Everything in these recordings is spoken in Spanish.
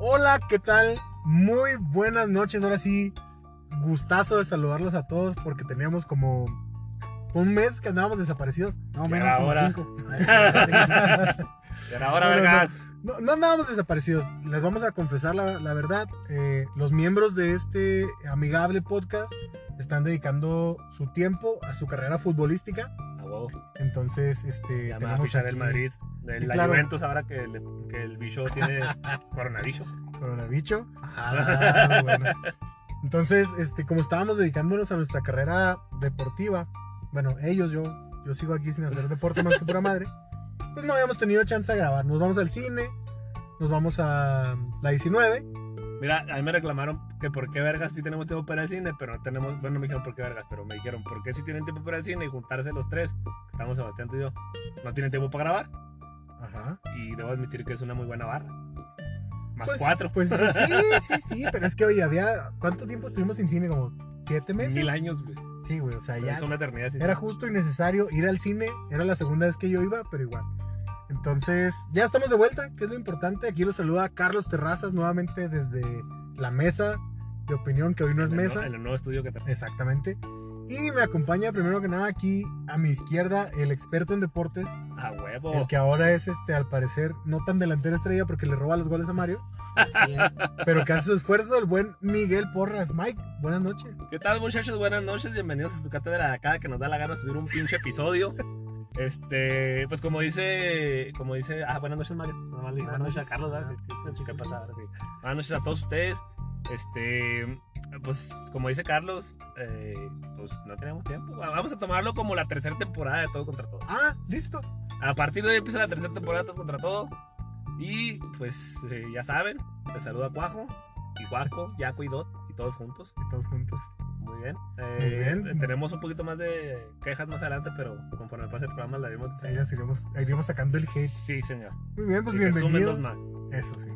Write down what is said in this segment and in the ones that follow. Hola, ¿qué tal? Muy buenas noches. Ahora sí, gustazo de saludarlos a todos porque teníamos como un mes que andábamos desaparecidos. No, Y menos como ahora- cinco. Y ahora, No, no, vergas. No, no andábamos desaparecidos. Les vamos a confesar la, la verdad. eh, los miembros de este amigable podcast están dedicando su tiempo a su carrera futbolística. A huevo. Entonces, este. Ya me va a fichar el aquí Madrid. De Sí, la claro. Juventus ahora que, le- que el bicho tiene coronavicho. Coronabicho. Ah, bueno. Entonces, este, como estábamos dedicándonos a nuestra carrera deportiva, bueno, ellos, yo, yo sigo aquí sin hacer deporte más que pura madre, pues no habíamos tenido chance de grabar. Nos vamos al cine, nos vamos a la 19. Mira, a mí me reclamaron que por qué vergas sí tenemos tiempo para el cine, pero no tenemos, bueno, no me dijeron por qué vergas, pero me dijeron por qué sí tienen tiempo para el cine y juntarse los tres, que estamos Sebastián tú y yo, no tienen tiempo para grabar Ajá. y debo admitir que es una muy buena barra. Más Pues- cuatro, Pues pues, sí, sí, sí, pero es que oye, había. ¿Cuánto tiempo estuvimos sin cine? ¿Como siete meses? mil años, güey. Sí, güey, o sea, ya. Es una eternidad. sí, sí. Era justo y necesario ir al cine. Era la segunda vez que yo iba, pero igual. Entonces, ya estamos de vuelta, que es lo importante. Aquí los saluda Carlos Terrazas nuevamente desde la mesa de opinión, que hoy no es En el mesa. En el nuevo estudio que tenemos. Exactamente. Y me acompaña primero que nada aquí a mi izquierda el experto en deportes, A el huevo. que ahora es este, al parecer, no tan delantero estrella porque le roba los goles a Mario, Así es. pero que hace su esfuerzo el buen Miguel Porras. Mike, buenas noches. ¿Qué tal, muchachos? Buenas noches, bienvenidos a su cátedra de acá que nos da la gana de subir un pinche episodio. Este, pues como dice, como dice, ah, buenas noches, Mario. No, vale, buenas noches a Carlos, ¿verdad? ¿Qué- qué- ¿qué pasa? Ahora sí. Buenas noches a todos ustedes. Este, pues como dice Carlos, eh, pues no tenemos tiempo. Va- Vamos a tomarlo como la tercera temporada de Todo contra Todo. Ah, listo. A partir de hoy empieza la tercera temporada de Todo contra Todo. Y pues eh, ya saben, les saluda Cuajo, y Cuaco, Yaco y Dot, y todos juntos. Y todos juntos. Muy bien. Muy Eh, bien. Tenemos un poquito más de quejas más adelante, pero conforme pase el programa la vimos. Ahí las iremos, ahí iremos sacando el hate. Sí, señor. Muy bien, pues Y que sumen bienvenido. dos más. Eso sí.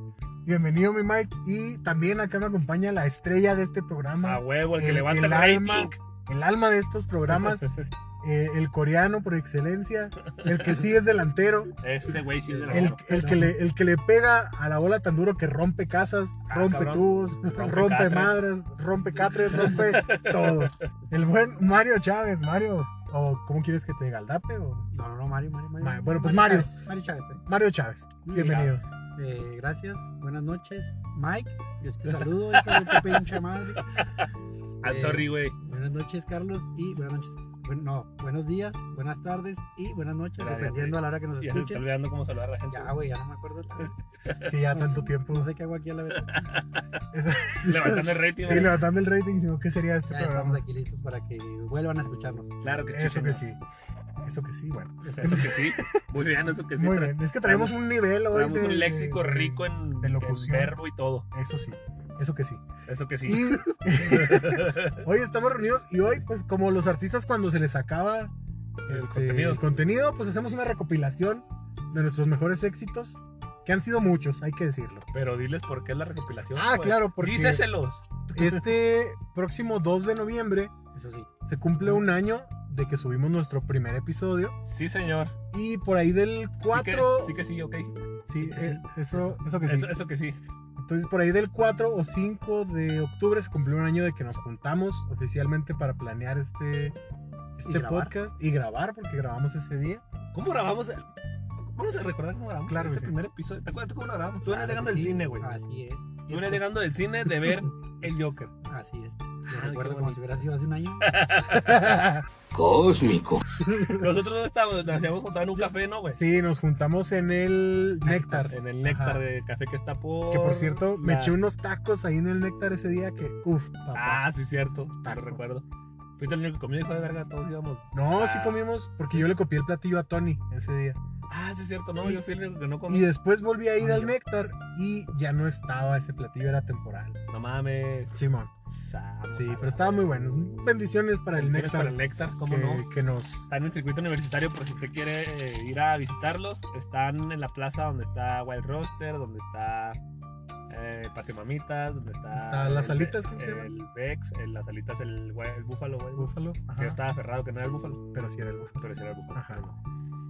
Bienvenido, mi Mike. Y también acá me acompaña la estrella de este A programa, huevo, el que el- levanta el el alma. rating. el alma de estos programas, eh, el coreano por excelencia, el que sí es delantero, Ese güey sí es de la el, mano. el que le, el que le pega a la bola tan duro que rompe casas, Ah, rompe cabrón. tubos, rompe, Rompe catres. madres, rompe catres, rompe todo. El buen Mario Chávez, Mario, o ¿cómo quieres que te diga? ¿Aldape o? No, no, no, Mario, Mario, Mario. Ma- bueno, pues Mario. Chávez, Mario Chávez, eh. Mario Chávez, bienvenido. Eh, gracias, buenas noches. Mike, yo te saludo, hijo de tu pinche madre. I'm eh, sorry, güey. Buenas noches, Carlos, y buenas noches. Bueno, no, buenos días, buenas tardes y buenas noches, Gracias, güey. dependiendo a la hora que Ya nos se me está escuchen. olvidando cómo saludar a la gente. Ya, güey. güey, ya no me acuerdo. Sí, ya tanto tiempo. No sé qué hago aquí a la verdad. Levantando el rating. Sí, güey. levantando el rating, sino que sería este Ya programa. estamos aquí listos para que vuelvan a escucharnos. Claro que Eso que sí. sí. Eso que sí, bueno. señor. Eso que sí. Muy bien, eso que sí. Muy Tra- bien. Es que traemos un nivel hoy. Traemos de- un léxico de- rico en, de en locución. verbo y todo. Eso sí. Eso que sí. Eso que sí. Y hoy estamos reunidos y hoy, pues como los artistas cuando se les acaba El este, contenido. el contenido, pues hacemos una recopilación de nuestros mejores éxitos, que han sido muchos, hay que decirlo. Pero diles por qué es la recopilación. pues. Ah, güey. claro, porque Díceselos. este próximo 2 de noviembre Eso sí. se cumple un año de que subimos nuestro primer episodio Sí, señor. y por ahí del 4... Sí que sí, que sí ok. Sí, eh, eso, eso que sí. Eso, eso que sí. Entonces, por ahí del 4 o 5 de octubre se cumplió un año de que nos juntamos oficialmente para planear este, este grabar. podcast y grabar, porque grabamos ese día. ¿Cómo grabamos? el- Vamos a recordar cómo grabamos Claro que ese sí. primer episodio. ¿Te acuerdas cómo lo grabamos? Tú venías Claro llegando que del Ah, sí, cine, güey. Así es. Tú venías llegando del cine de ver el Joker. Así es. qué Lo recuerdo como bonito. si hubiera sido hace un año. Cósmico. Nosotros no estábamos, nos habíamos juntado en un café, ¿no, güey? sí, nos juntamos en el Néctar. En el Néctar Ajá. de café que está por. Que por cierto, me la- eché unos tacos ahí en el Néctar ese día que, uff, papá. Ah, sí, cierto. sí Taco. Lo recuerdo. Fuiste el único que comió, hijo de verga. Todos íbamos. no, Ah. sí comimos, porque yo le copié el platillo a Tony ese día. Ah, sí, cierto. No, Y- yo fui el único que no Y comí. después volví a ir Ah, al yo. Néctar y ya no estaba ese platillo, era temporal. No mames. Simón. Vamos Sí, a pero la estaba muy verga. bueno. Bendiciones para el Bendiciones Néctar. Para el Néctar, cómo que- no. que nos Están en el circuito universitario por si usted quiere eh, ir a visitarlos. Están en la plaza donde está Wild Roster, donde está eh, Patio Mamitas, donde está... Está Las el- Alitas, ¿cómo se llama? El Vex, el- las alitas, el, güey- el búfalo, güey. Búfalo. Yo estaba aferrado que no era el búfalo, Pero sí era el búfalo. pero sí era el búfalo. Ajá.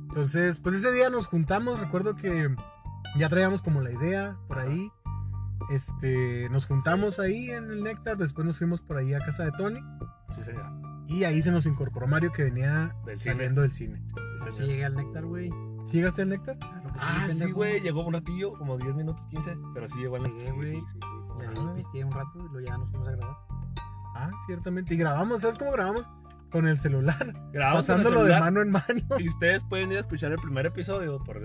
Entonces, pues ese día nos juntamos. Recuerdo que ya traíamos como la idea por ahí. Este, nos juntamos ahí en el Néctar, después nos fuimos por ahí a casa de Tony Sí, señor. y ahí se nos incorporó Mario que venía Del cine. saliendo del cine. Sí, Sí, señor. llegué al néctar, güey. ¿Sí llegaste al Néctar? Claro que Ah, sí, pendejo. güey, llegó un ratillo, como 10 minutos, 15, pero sí llegó en la Sí, güey. Y ahí Ah. pisteé un rato y luego ya nos fuimos a grabar. Ah, ciertamente. Y grabamos, ¿sabes cómo grabamos? Con el celular, Grabamos Ah, con el pasándolo de celular, mano en mano. Y ustedes pueden ir a escuchar el primer episodio, por,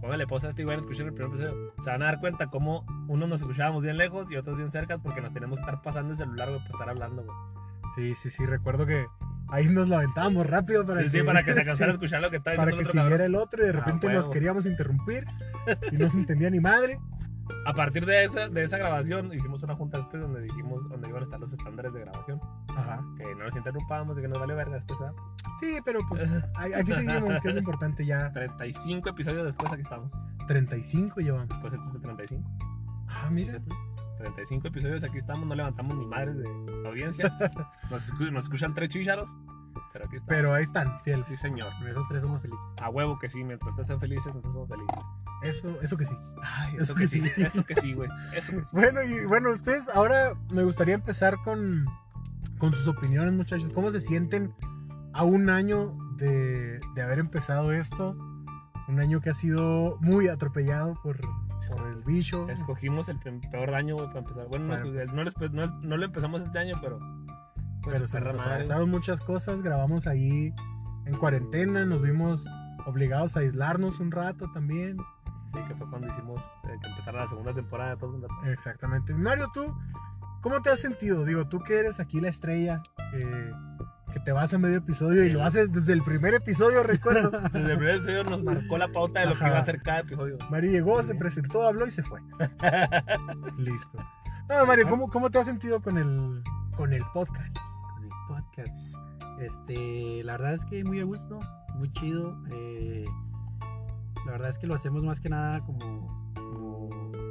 póngale pausa a este y vayan a escuchar el primer episodio. Se van a dar cuenta cómo unos nos escuchábamos bien lejos y otros bien cercas porque nos tenemos que estar pasando el celular, güey, por estar hablando, güey. Sí, sí, sí, recuerdo que ahí nos lo aventábamos rápido para Sí, que, sí, para que se cansara de sí, escuchar lo que estaba para diciendo que el otro cabrón. siguiera el otro y de Ah, repente nos huevo. queríamos interrumpir y no se entendía ni madre. A partir de esa, de esa grabación, hicimos una junta después donde dijimos dónde iban a estar los estándares de grabación. Ajá. Que no nos interrumpábamos, de que nos vale verga después, ¿ah? Sí, pero pues ahí- aquí seguimos, que es lo importante ya. 35 episodios después, aquí estamos. 35 llevamos. Pues este es el 35. Ah, mira. 35 episodios, aquí estamos, no levantamos ni madres de audiencia. Nos, escu- nos escuchan tres chícharos, pero aquí estamos. Pero ahí están, fieles. Sí, señor. Pero esos tres somos felices. A huevo que sí, mientras ustedes sean felices, nosotros somos felices. Eso, eso que sí. Ay, eso que sí, eso que sí, güey. Eso que sí. Bueno, y bueno, ustedes ahora me gustaría empezar con, con sus opiniones, muchachos. ¿Cómo se sienten a un año de, de haber empezado esto? Un año que ha sido muy atropellado por, por el bicho. Escogimos el pe- peor año, güey, para empezar. Bueno, no, Bueno. no, les- no, no lo empezamos este año, pero. Pues, pero se perra nos madre, atravesaron muchas cosas. Grabamos ahí en cuarentena, nos vimos obligados a aislarnos un rato también. Sí, que fue cuando hicimos eh, que empezara la segunda temporada de Todos contra Todos. Exactamente. Mario, tú, ¿cómo te has sentido? Digo, tú que eres aquí la estrella, eh, que te vas a medio episodio y Sí. lo haces desde el primer episodio, recuerdo. Desde el primer episodio nos marcó la pauta de lo que Ajá. iba a ser cada episodio. Mario llegó, se presentó, habló y se fue. Listo. No, ah. Mario, ¿cómo, cómo te has sentido con el, con el podcast? con el podcast. Este, la verdad es que muy a gusto, muy chido. eh, la verdad es que lo hacemos más que nada como, como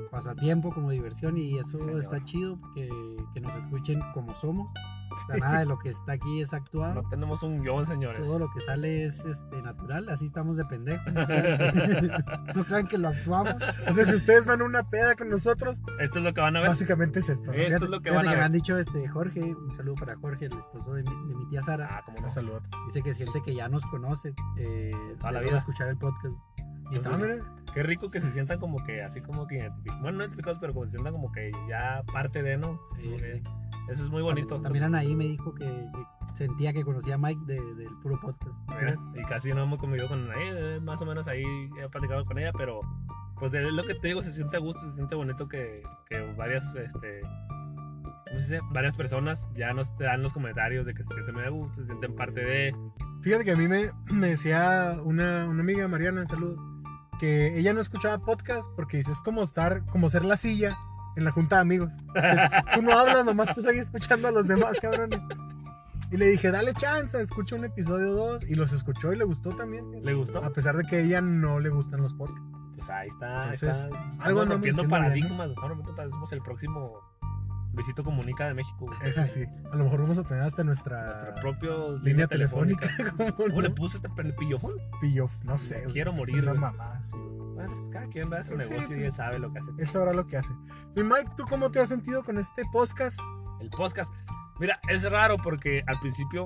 pasatiempo, como diversión y eso señor. está chido porque que nos escuchen como somos. O sea, nada de lo que está aquí es actuado. No pues. tenemos un guión, señores. Todo lo que sale es este, natural, así estamos de pendejos. No crean que, no crean que lo actuamos. O sea, si ustedes van a una peda con nosotros, Esto es lo que van a ver. básicamente es esto. ¿no? Esto es Fíjate- lo que van fíjate a me han ver. dicho este, Jorge, un saludo para Jorge, el esposo de mi, de mi tía Sara. Ah, como no. Los saludos. Dice que siente que ya nos conoce. Eh, toda la de solo vida. escuchar el podcast. Y Ah, entonces, mira, Qué rico que se sientan como que así como que identificados. Bueno, no identificados, pero como se sientan como que ya parte de, ¿no? Sí, Como que sí. Eso es muy bonito. También Anaí me dijo que, que sentía que conocía a Mike de- del puro podcast. Mira, Eh, Y casi no hemos convivido con nadie, eh, más o menos ahí he platicado con ella, pero pues es lo que te digo, se siente a gusto, se siente bonito que, que varias, este, ¿cómo se dice? Varias personas ya nos te dan los comentarios de que se sienten muy a gusto, se sienten parte de... Fíjate que a mí me, me decía una, una amiga, Mariana, saludos, que ella no escuchaba podcast porque dice, es como estar, como ser la silla en la junta de amigos. Tú no hablas, nomás estás ahí escuchando a los demás, cabrones. Y le dije, dale chance, escucha un episodio 2. Y los escuchó y le gustó también. ¿Le gustó? Ah, A pesar de que a ella no le gustan los podcasts. Pues ahí está, Entonces, está. algo Estamos andamos rompiendo haciendo bien, ¿eh? ¿no? paradigmas, estamos rompiendo paradigmas, somos el próximo Luisito Comunica de México, güey. Eso sí. A lo mejor vamos a tener hasta nuestra, Nuestra propia línea, telefónica. ¿Cómo ¿Cómo le no? puso este pillofón? Pillo, no sé. güey. Quiero morir, Una güey. mamá, sí, güey. Bueno, pues cada quien va a su Sí, negocio pues. y él sabe lo que hace. Él sabrá lo que hace. Mi Mike, ¿tú cómo te has sentido con este podcast? el podcast. Mira, es raro porque al principio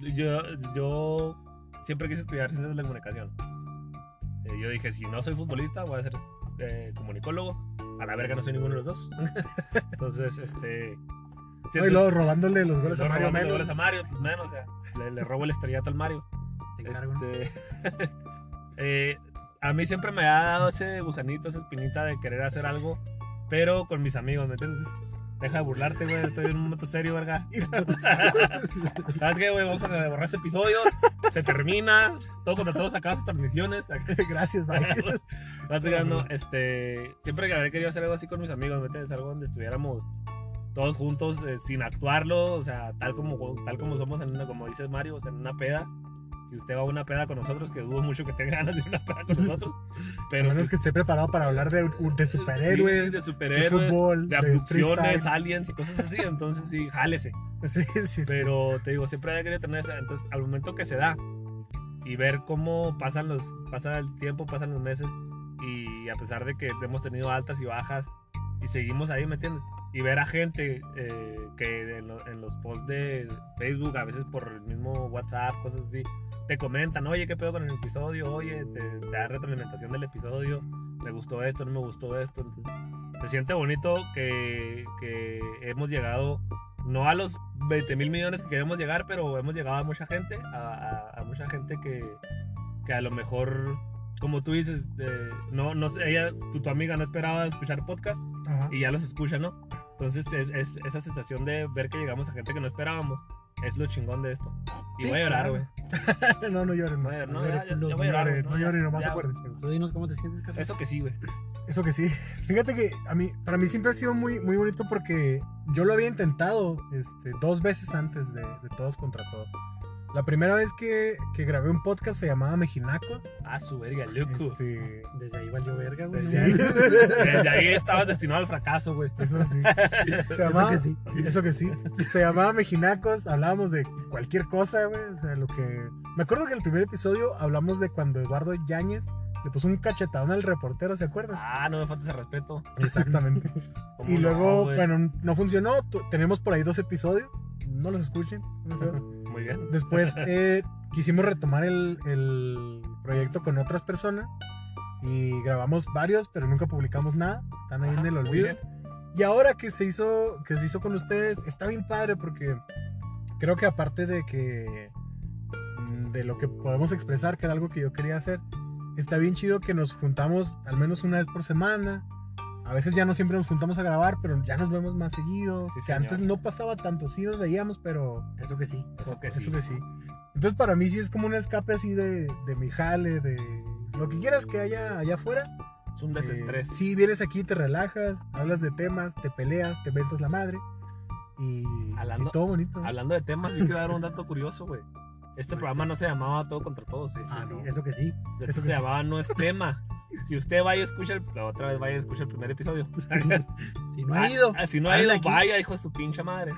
yo, yo siempre quise estudiar ciencias de la comunicación. Eh, yo dije, si no soy futbolista, voy a ser eh, comunicólogo. A la verga no soy ninguno de los dos. Entonces, este... sí, Ay, entonces, luego robándole los le goles a estoy Mario robando Melo. goles a Mario, pues menos, o sea, le, le robo el estrellato al Mario. Te encargo, ¿no? Este, eh, a mí siempre me ha dado ese gusanito, esa espinita de querer hacer algo, pero con mis amigos, ¿me entiendes? Deja de burlarte, güey, estoy en un momento serio, verga. ¿Sabes qué, güey? Vamos a borrar este episodio, se termina, todo contra todos acaba sus transmisiones. Gracias, Mike. No, te digas, no, este, siempre que habré querido hacer algo así con mis amigos, ¿me entiendes? Algo donde estuviéramos todos juntos, eh, sin actuarlo, o sea, tal como, tal como somos, en una, como dices Mario, o sea, en una peda. Si usted va a una peda con nosotros, que dudo mucho que tenga ganas de ir a una peda con nosotros, A pero menos si- que esté preparado para hablar de, de sí, superhéroes, de de, superhéroes, fútbol, de de, abducciones, freestyle. aliens y cosas así, entonces sí, jálese. Sí, sí, sí. Pero te digo, siempre había querido tener esa. Entonces, al momento que se da y ver cómo pasan los, pasa el tiempo, pasan los meses, y a pesar de que hemos tenido altas y bajas, y seguimos ahí, ¿me entiendes? Y ver a gente eh, que en, lo- en los posts de Facebook, a veces por el mismo WhatsApp, cosas así, te comentan, oye, ¿qué pedo con el episodio? Oye, te, te da retroalimentación del episodio, me gustó esto, no me gustó esto. Entonces, se siente bonito que, que hemos llegado, no a los 20 mil millones que queremos llegar, pero hemos llegado a mucha gente, a, a- a mucha gente que, que a lo mejor, como tú dices, eh, no, no sé, ella, tu, tu amiga no esperaba escuchar podcast Ajá. y ya los escucha, ¿no? Entonces, es, es- esa sensación de ver que llegamos a gente que no esperábamos es lo chingón de esto. Y Sí, voy a llorar, claro. güey. no, no llores, no. Voy a llorar, No no, ya, llores, ya- ya no voy a llorar, llores, güey, no llores, nomás ya. acuérdense. güey. Tú dinos cómo te sientes, Carlos. Eso que sí, güey. Eso que sí. Fíjate que a mí, para mí siempre ha sido muy, muy bonito porque yo lo había intentado este, dos veces antes de, de Todos contra Todos. La primera vez que, que grabé un podcast se llamaba Mejinacos. Ah, su verga, loco. Este, Desde ahí valió verga, güey. desde no ahí- mames. Desde ahí estabas destinado al fracaso, güey. Eso sí. Se Eso llamaba, que sí. Eso que sí. Se llamaba Mejinacos, hablábamos de cualquier cosa, güey. O sea, lo que. Me acuerdo que en el primer episodio hablamos de cuando Eduardo Yáñez le puso un cachetadón al reportero, ¿se acuerdan? Ah, no me falta ese respeto. Exactamente. ¿Cómo Y no, luego, güey? bueno, no funcionó. Tu- Tenemos por ahí dos episodios. No los escuchen. no feos. Muy bien. Después eh, quisimos retomar el, el proyecto con otras personas. Y grabamos varios, pero nunca publicamos nada. Están ahí Ajá, en el muy olvido. bien. Y ahora que se hizo, que se hizo con ustedes, está bien padre porque creo que aparte de que mm, de lo que podemos expresar, que era algo que yo quería hacer, está bien chido que nos juntamos al menos una vez por semana. A veces ya no siempre nos juntamos a grabar, pero ya nos vemos más seguido. Sí, que señor. antes no pasaba tanto, sí nos veíamos, pero Eso que sí. Eso que Pues eso sí. que sí. Entonces para mí sí es como un escape así de, de mi jale, de lo que quieras que haya allá afuera. Es un desestrés. Si vienes aquí, te relajas, hablas de temas, te peleas, te ventas la madre. Y, Hablando- y todo bonito. Hablando de temas, yo quiero dar un dato curioso, güey. Este programa no se llamaba Todo contra Todos. Ah, Pues Sí, no. Eso que sí. Este eso se que- llamaba No es tema. Si usted va y escucha el, la otra vez vaya y escucha el primer episodio. Si Pues, Ah, no ha ido. Ah, si no ha ido, Habla aquí. vaya, hijo de su pinche madre.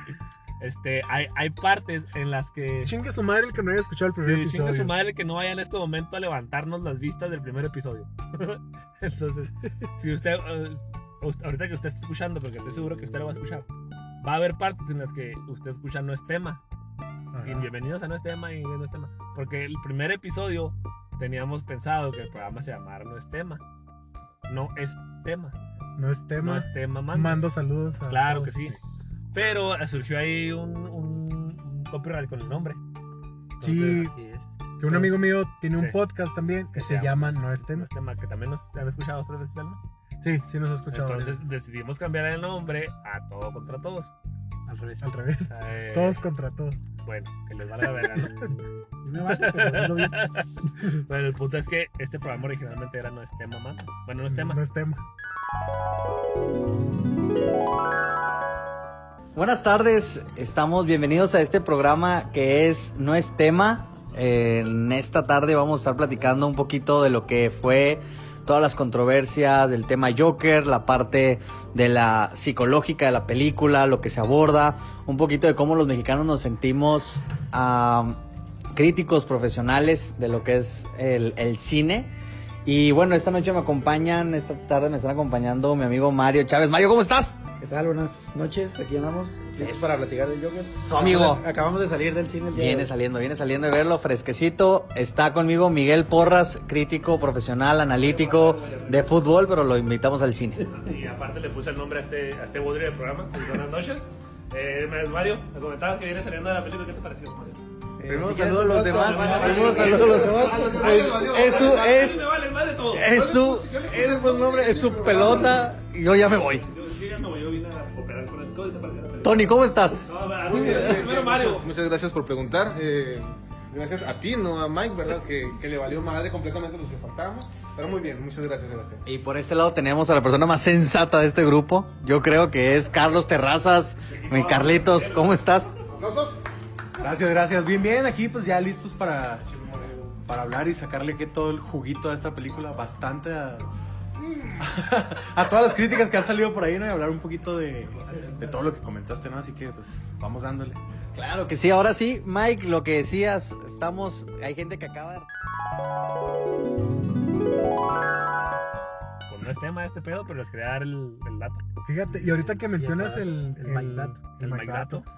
Este, hay, hay partes en las que. Chingue su madre el que no haya escuchado el primer Sí, episodio. chinga su madre que no vaya en este momento a levantarnos las vistas del primer episodio. Entonces, si usted, eh, s- us- ahorita que usted está escuchando, porque estoy seguro que usted lo va a escuchar, va a haber partes en las que usted escucha no es tema. Ajá. Y bienvenidos a no es tema y no es tema. Porque el primer episodio teníamos pensado que el programa se llamara no es tema. No es tema. No es tema. Ah, No es tema, man. Mando saludos. a Claro que todos. sí. Pero eh, surgió ahí un, un- un copyright con el nombre. Sí, Así es. que un amigo mío tiene un Sí. podcast también que se llama No es tema. Este tema que también nos han escuchado otras veces, ¿no? Sí, sí nos ha escuchado. Entonces decidimos cambiar el nombre a Todo contra Todos. Al revés. al revés. Eh, Todos contra todos. Bueno, que les valga verga, ¿no? Sí me vale, pero hazlo bien. Bueno, el punto es que este programa originalmente era No es tema, man. Bueno, no es tema. No es tema. Buenas tardes, estamos bienvenidos a este programa que es No es tema. Eh, en esta tarde vamos a estar platicando un poquito de lo que fue todas las controversias del tema Joker, la parte de la psicológica de la película, lo que se aborda, un poquito de cómo los mexicanos nos sentimos ah, críticos profesionales de lo que es el, el cine. Y bueno, esta noche me acompañan, esta tarde me están acompañando mi amigo Mario Chávez. Mario, ¿cómo estás? ¿Qué tal? Buenas noches, aquí andamos, listos Es- para platicar del Joker. su amigo. Acabamos de salir del cine el día de Viene hoy. saliendo, viene saliendo de verlo, fresquecito. Está conmigo Miguel Porras, crítico, profesional, analítico de fútbol, pero lo invitamos al cine. Y aparte le puse el nombre a este, a este bodrio del programa. Pues, buenas noches. Eh, Mario, me comentabas que viene saliendo de la película. ¿Qué te pareció, Mario? Eh, Primero si saludo a los quieres, demás, todos, primero todos, saludo a los demás. Pues, eh, todos, Es- todos, todos, es su- todos, A es- mí Ah, me vale madre todo. Eh. Es su, es su nombre, es su pelota. y Yo ya me voy. Yo, yo ya me voy, yo vine a operar con esto. ¿Qué te pareció la película? Tony, ¿cómo estás? No, a mí me- primero Mario. Muchas, muchas gracias por preguntar. eh, gracias a ti, no a Mike, ¿verdad? Que, que le valió madre completamente los que faltábamos. Pero muy bien, muchas gracias, Sebastián. Y por este lado tenemos a la persona más sensata de este grupo. Yo creo que es Carlos Terrazas. Mi Carlitos, ¿cómo estás? ¿Aplausos? Gracias, gracias. Bien, bien, aquí pues ya listos para, para hablar y sacarle que todo el juguito a esta película, bastante a, a todas las críticas que han salido por ahí, ¿no? Y hablar un poquito de, de todo lo que comentaste, ¿no? Así que pues vamos dándole. Claro que sí, ahora sí, Mike, lo que decías, estamos, hay gente que acaba de... Pues no es tema de este pedo, pero les quería dar el, el dato. Fíjate, y ahorita que mencionas el. El Mike Dato. El Mike Dato.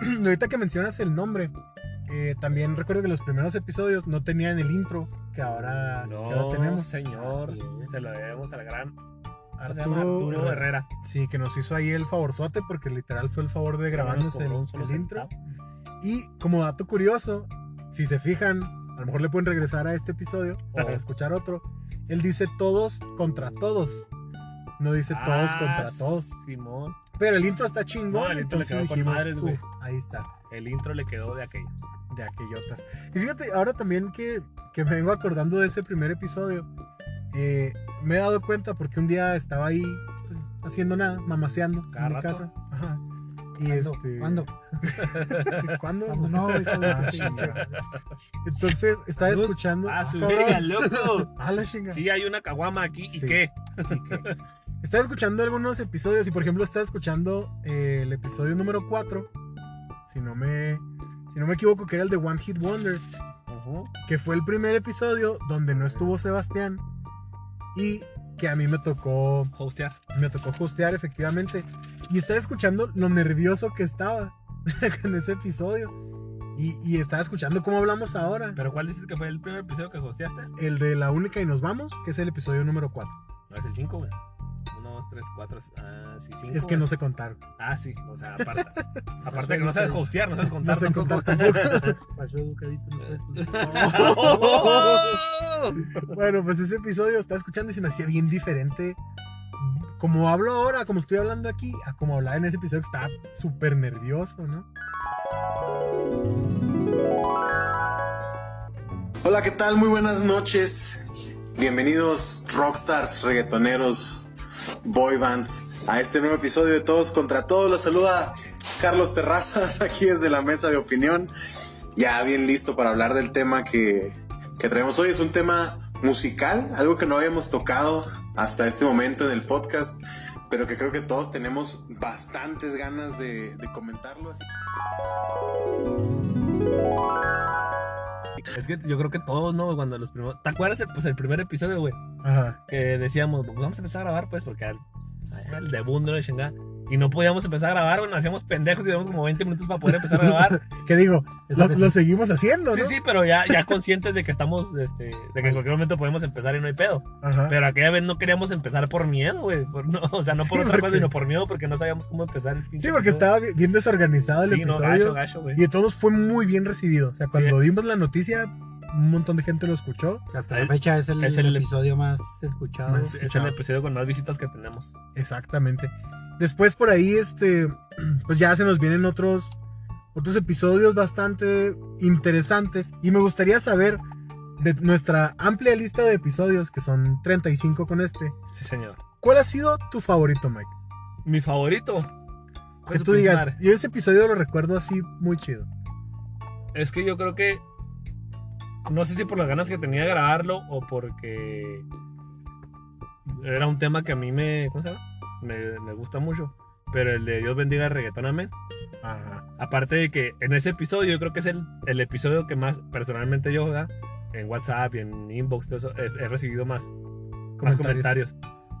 Y ahorita que mencionas el nombre, eh, también recuerdo que los primeros episodios no tenían el intro que ahora, que ahora No, tenemos. señor. Así es. Se lo debemos al gran ¿cómo se llama? Arturo, Arturo Herrera. Sí, que nos hizo ahí el favorzote porque literal fue el favor de grabamos grabarnos el, el intro. Y como dato curioso, si se fijan, a lo mejor le pueden regresar a este episodio o Ajá. escuchar otro. Él dice todos contra todos. No dice Ah, todos contra todos. Simón. Pero el intro está chingón. No, el intro le entonces quedó con dijimos, madres, güey. "Uf, Ahí está, El intro le quedó de aquellas. de aquellotas. Y fíjate, ahora también que, que me vengo acordando de ese primer episodio, eh, me he dado cuenta porque un día estaba ahí pues, haciendo nada, mamaseando Cada en mi rato. casa. Ajá. Y ¿Cuándo? este, Ah, ¿Cuándo? ¿Cuándo? ¿Cuándo no, hijo de Ah, la chinga. chingada? Entonces estaba Salud. escuchando. ¡Ah, su cabrón. verga, loco! A la chinga. Sí, hay una caguama aquí. ¿Y Sí. qué? Y que- Estaba escuchando algunos episodios y, por ejemplo, estaba escuchando eh, el episodio número 4. Si no me. Si no me equivoco, que era el de One Hit Wonders. Que fue el primer episodio donde no estuvo Sebastián. Y que a mí me tocó. Hostear. Me tocó hostear efectivamente. Y estaba escuchando lo nervioso que estaba con ese episodio. Y, y estaba escuchando cómo hablamos ahora. ¿Pero cuál dices que fue el primer episodio que hosteaste? El de La Única y Nos Vamos, que es el episodio número 4. No, es el 5, güey. 1, 2, 3, 4, ah, sí, 5. Es que no se contaron. Ah, sí, o sea, aparte. aparte que no sabes hostear, no sabes No contar se tampoco. contaron tampoco. Pasó educadito. no sabes cómo. ¡Oh! bueno, pues ese episodio estaba escuchando y se me hacía bien diferente. Como hablo ahora, como estoy hablando aquí, a como hablaba en ese episodio que estaba súper nervioso, ¿no? Hola, ¿qué tal? Muy buenas noches. Bienvenidos rockstars, reggaetoneros, boy bands a este nuevo episodio de Todos contra Todos. Los saluda Carlos Terrazas aquí desde la mesa de opinión. Ya bien listo para hablar del tema que, que traemos hoy. Es un tema musical, algo que no habíamos tocado hasta este momento en el podcast, pero que creo que todos tenemos bastantes ganas de, de comentarlo. así Es que yo creo que todos, ¿no? Cuando los primeros. ¿Te acuerdas el, pues, el primer episodio, güey? Ajá. Que decíamos, "Pues, vamos a empezar a grabar, pues, porque al, al de mundo de chingada. Y no podíamos empezar a grabar, güey, nos hacíamos pendejos y teníamos como 20 minutos para poder empezar a grabar. ¿Qué digo? Eso Lo, que lo seguimos haciendo, ¿no? Sí, sí, pero ya, ya conscientes de que estamos, este, de que en cualquier momento podemos empezar y no hay pedo. Ajá. Pero aquella vez no queríamos empezar por miedo, güey. por- no, o sea, no por Sí, otra cosa, porque- sino por miedo, porque no sabíamos cómo empezar. el pinche Sí, porque episodio. estaba bi- bien desorganizado el Sí, no, episodio. gacho, gacho, güey. y de todos fue muy bien recibido. O sea, Sí. cuando dimos la noticia, un montón de gente lo escuchó. Hasta la fecha es el, Es el- episodio más escuchado. Más- Ah, Es- Es el episodio con más visitas que tenemos. Exactamente. Después por ahí, este, pues ya se nos vienen otros, otros episodios bastante interesantes. Y me gustaría saber de nuestra amplia lista de episodios, que son 35 con este, Sí, señor. ¿cuál ha sido tu favorito, Mike? Mi favorito. Que Su tú pinche digas, madre. yo ese episodio lo recuerdo así muy chido. Es que yo creo que. No sé si por las ganas que tenía de grabarlo o porque. Era un tema que a mí me. ¿Cómo se llama? Me, me gusta mucho. Pero el de Dios bendiga el reggaetón, amén. Aparte de que en ese episodio, yo creo que es el, el episodio que más personalmente yo, ¿verdad? En WhatsApp y en inbox, todo eso, he, he recibido más más comentarios.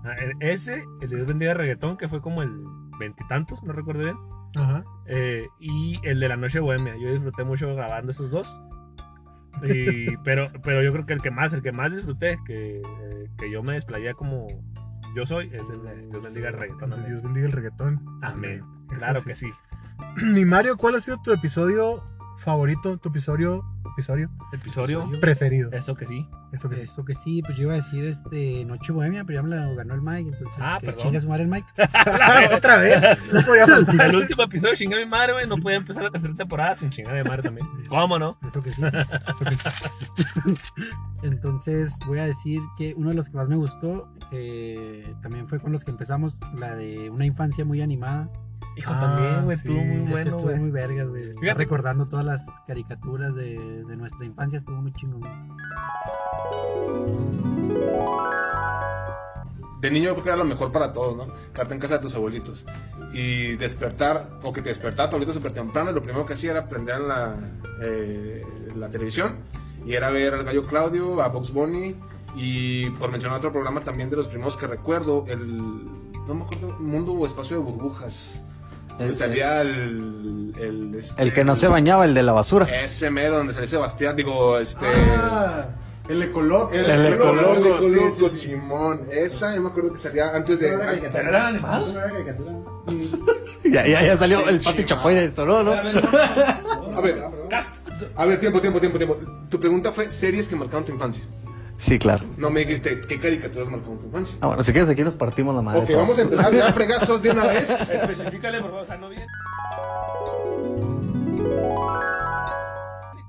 Ah, e- Ese, el de Dios bendiga el reggaetón, que fue como el veintitantos, no recuerdo bien. Ajá. Eh, y el de la noche bohemia. Yo disfruté mucho grabando esos dos. Y- pero, pero yo creo que el que más, el que más disfruté, que, eh, que yo me desplayé como yo soy, es el de Dios bendiga el reggaetón. amén. Dios bendiga el reggaetón. Amén. Eso Claro sí. que sí. Mi Mario, ¿cuál ha sido tu episodio favorito, tu episodio, episodio Episodio, preferido? eso que sí. Eso que Eso que sí, pues yo iba a decir este Noche Bohemia, pero ya me la ganó el Mike, entonces Ah, que perdón. chinga su madre el Mike. Otra vez. No podía faltar. El último episodio, chingar mi madre, güey. No podía empezar la tercera temporada sin chingar mi madre también. ¿Cómo no? Eso que sí. eso que sí. Entonces voy a decir que uno de los que más me gustó, que también fue con los que empezamos, la de una infancia muy animada. Hijo, Ah, también, güey. sí. Estuvo muy Ese Ese Mm, bueno, estuvo güey. muy vergas, güey. Fíjate. Recordando todas las caricaturas de, de nuestra infancia, estuvo muy chingón. De niño yo creo que era lo mejor para todos, ¿no? Quedarte en casa de tus abuelitos. Y despertar, o que te despertaba tu abuelito súper temprano, y lo primero que hacía era prender la, eh, la televisión. Y era ver al Gallo Claudio, a Box Bunny, y por mencionar otro programa también de los primeros que recuerdo, el no me acuerdo, Mundo o Espacio de Burbujas. Donde El- salía el. El, este- El que no se bañaba, el de la basura. Ese mero donde salía Sebastián, digo, este. Ah, el ecoloco. El, El Ecoloco, Ecoloco, sí, sí, sí, sí, sí. Simón. Esa, yo me acuerdo que salía antes de. ¿Pero eran animados? Ya, ya, ya salió el Pati Chapoy de esto, ¿no? A ver, a ver, tiempo, tiempo, tiempo, tiempo. Tu pregunta fue series que marcaron tu infancia. Sí, claro. No me dijiste qué caricaturas marcaron tu infancia. Ah, bueno, si quieres aquí nos partimos la madre. ok, todos. vamos a empezar ya fregazos de una vez. Especifícale, por favor, o sea, no bien.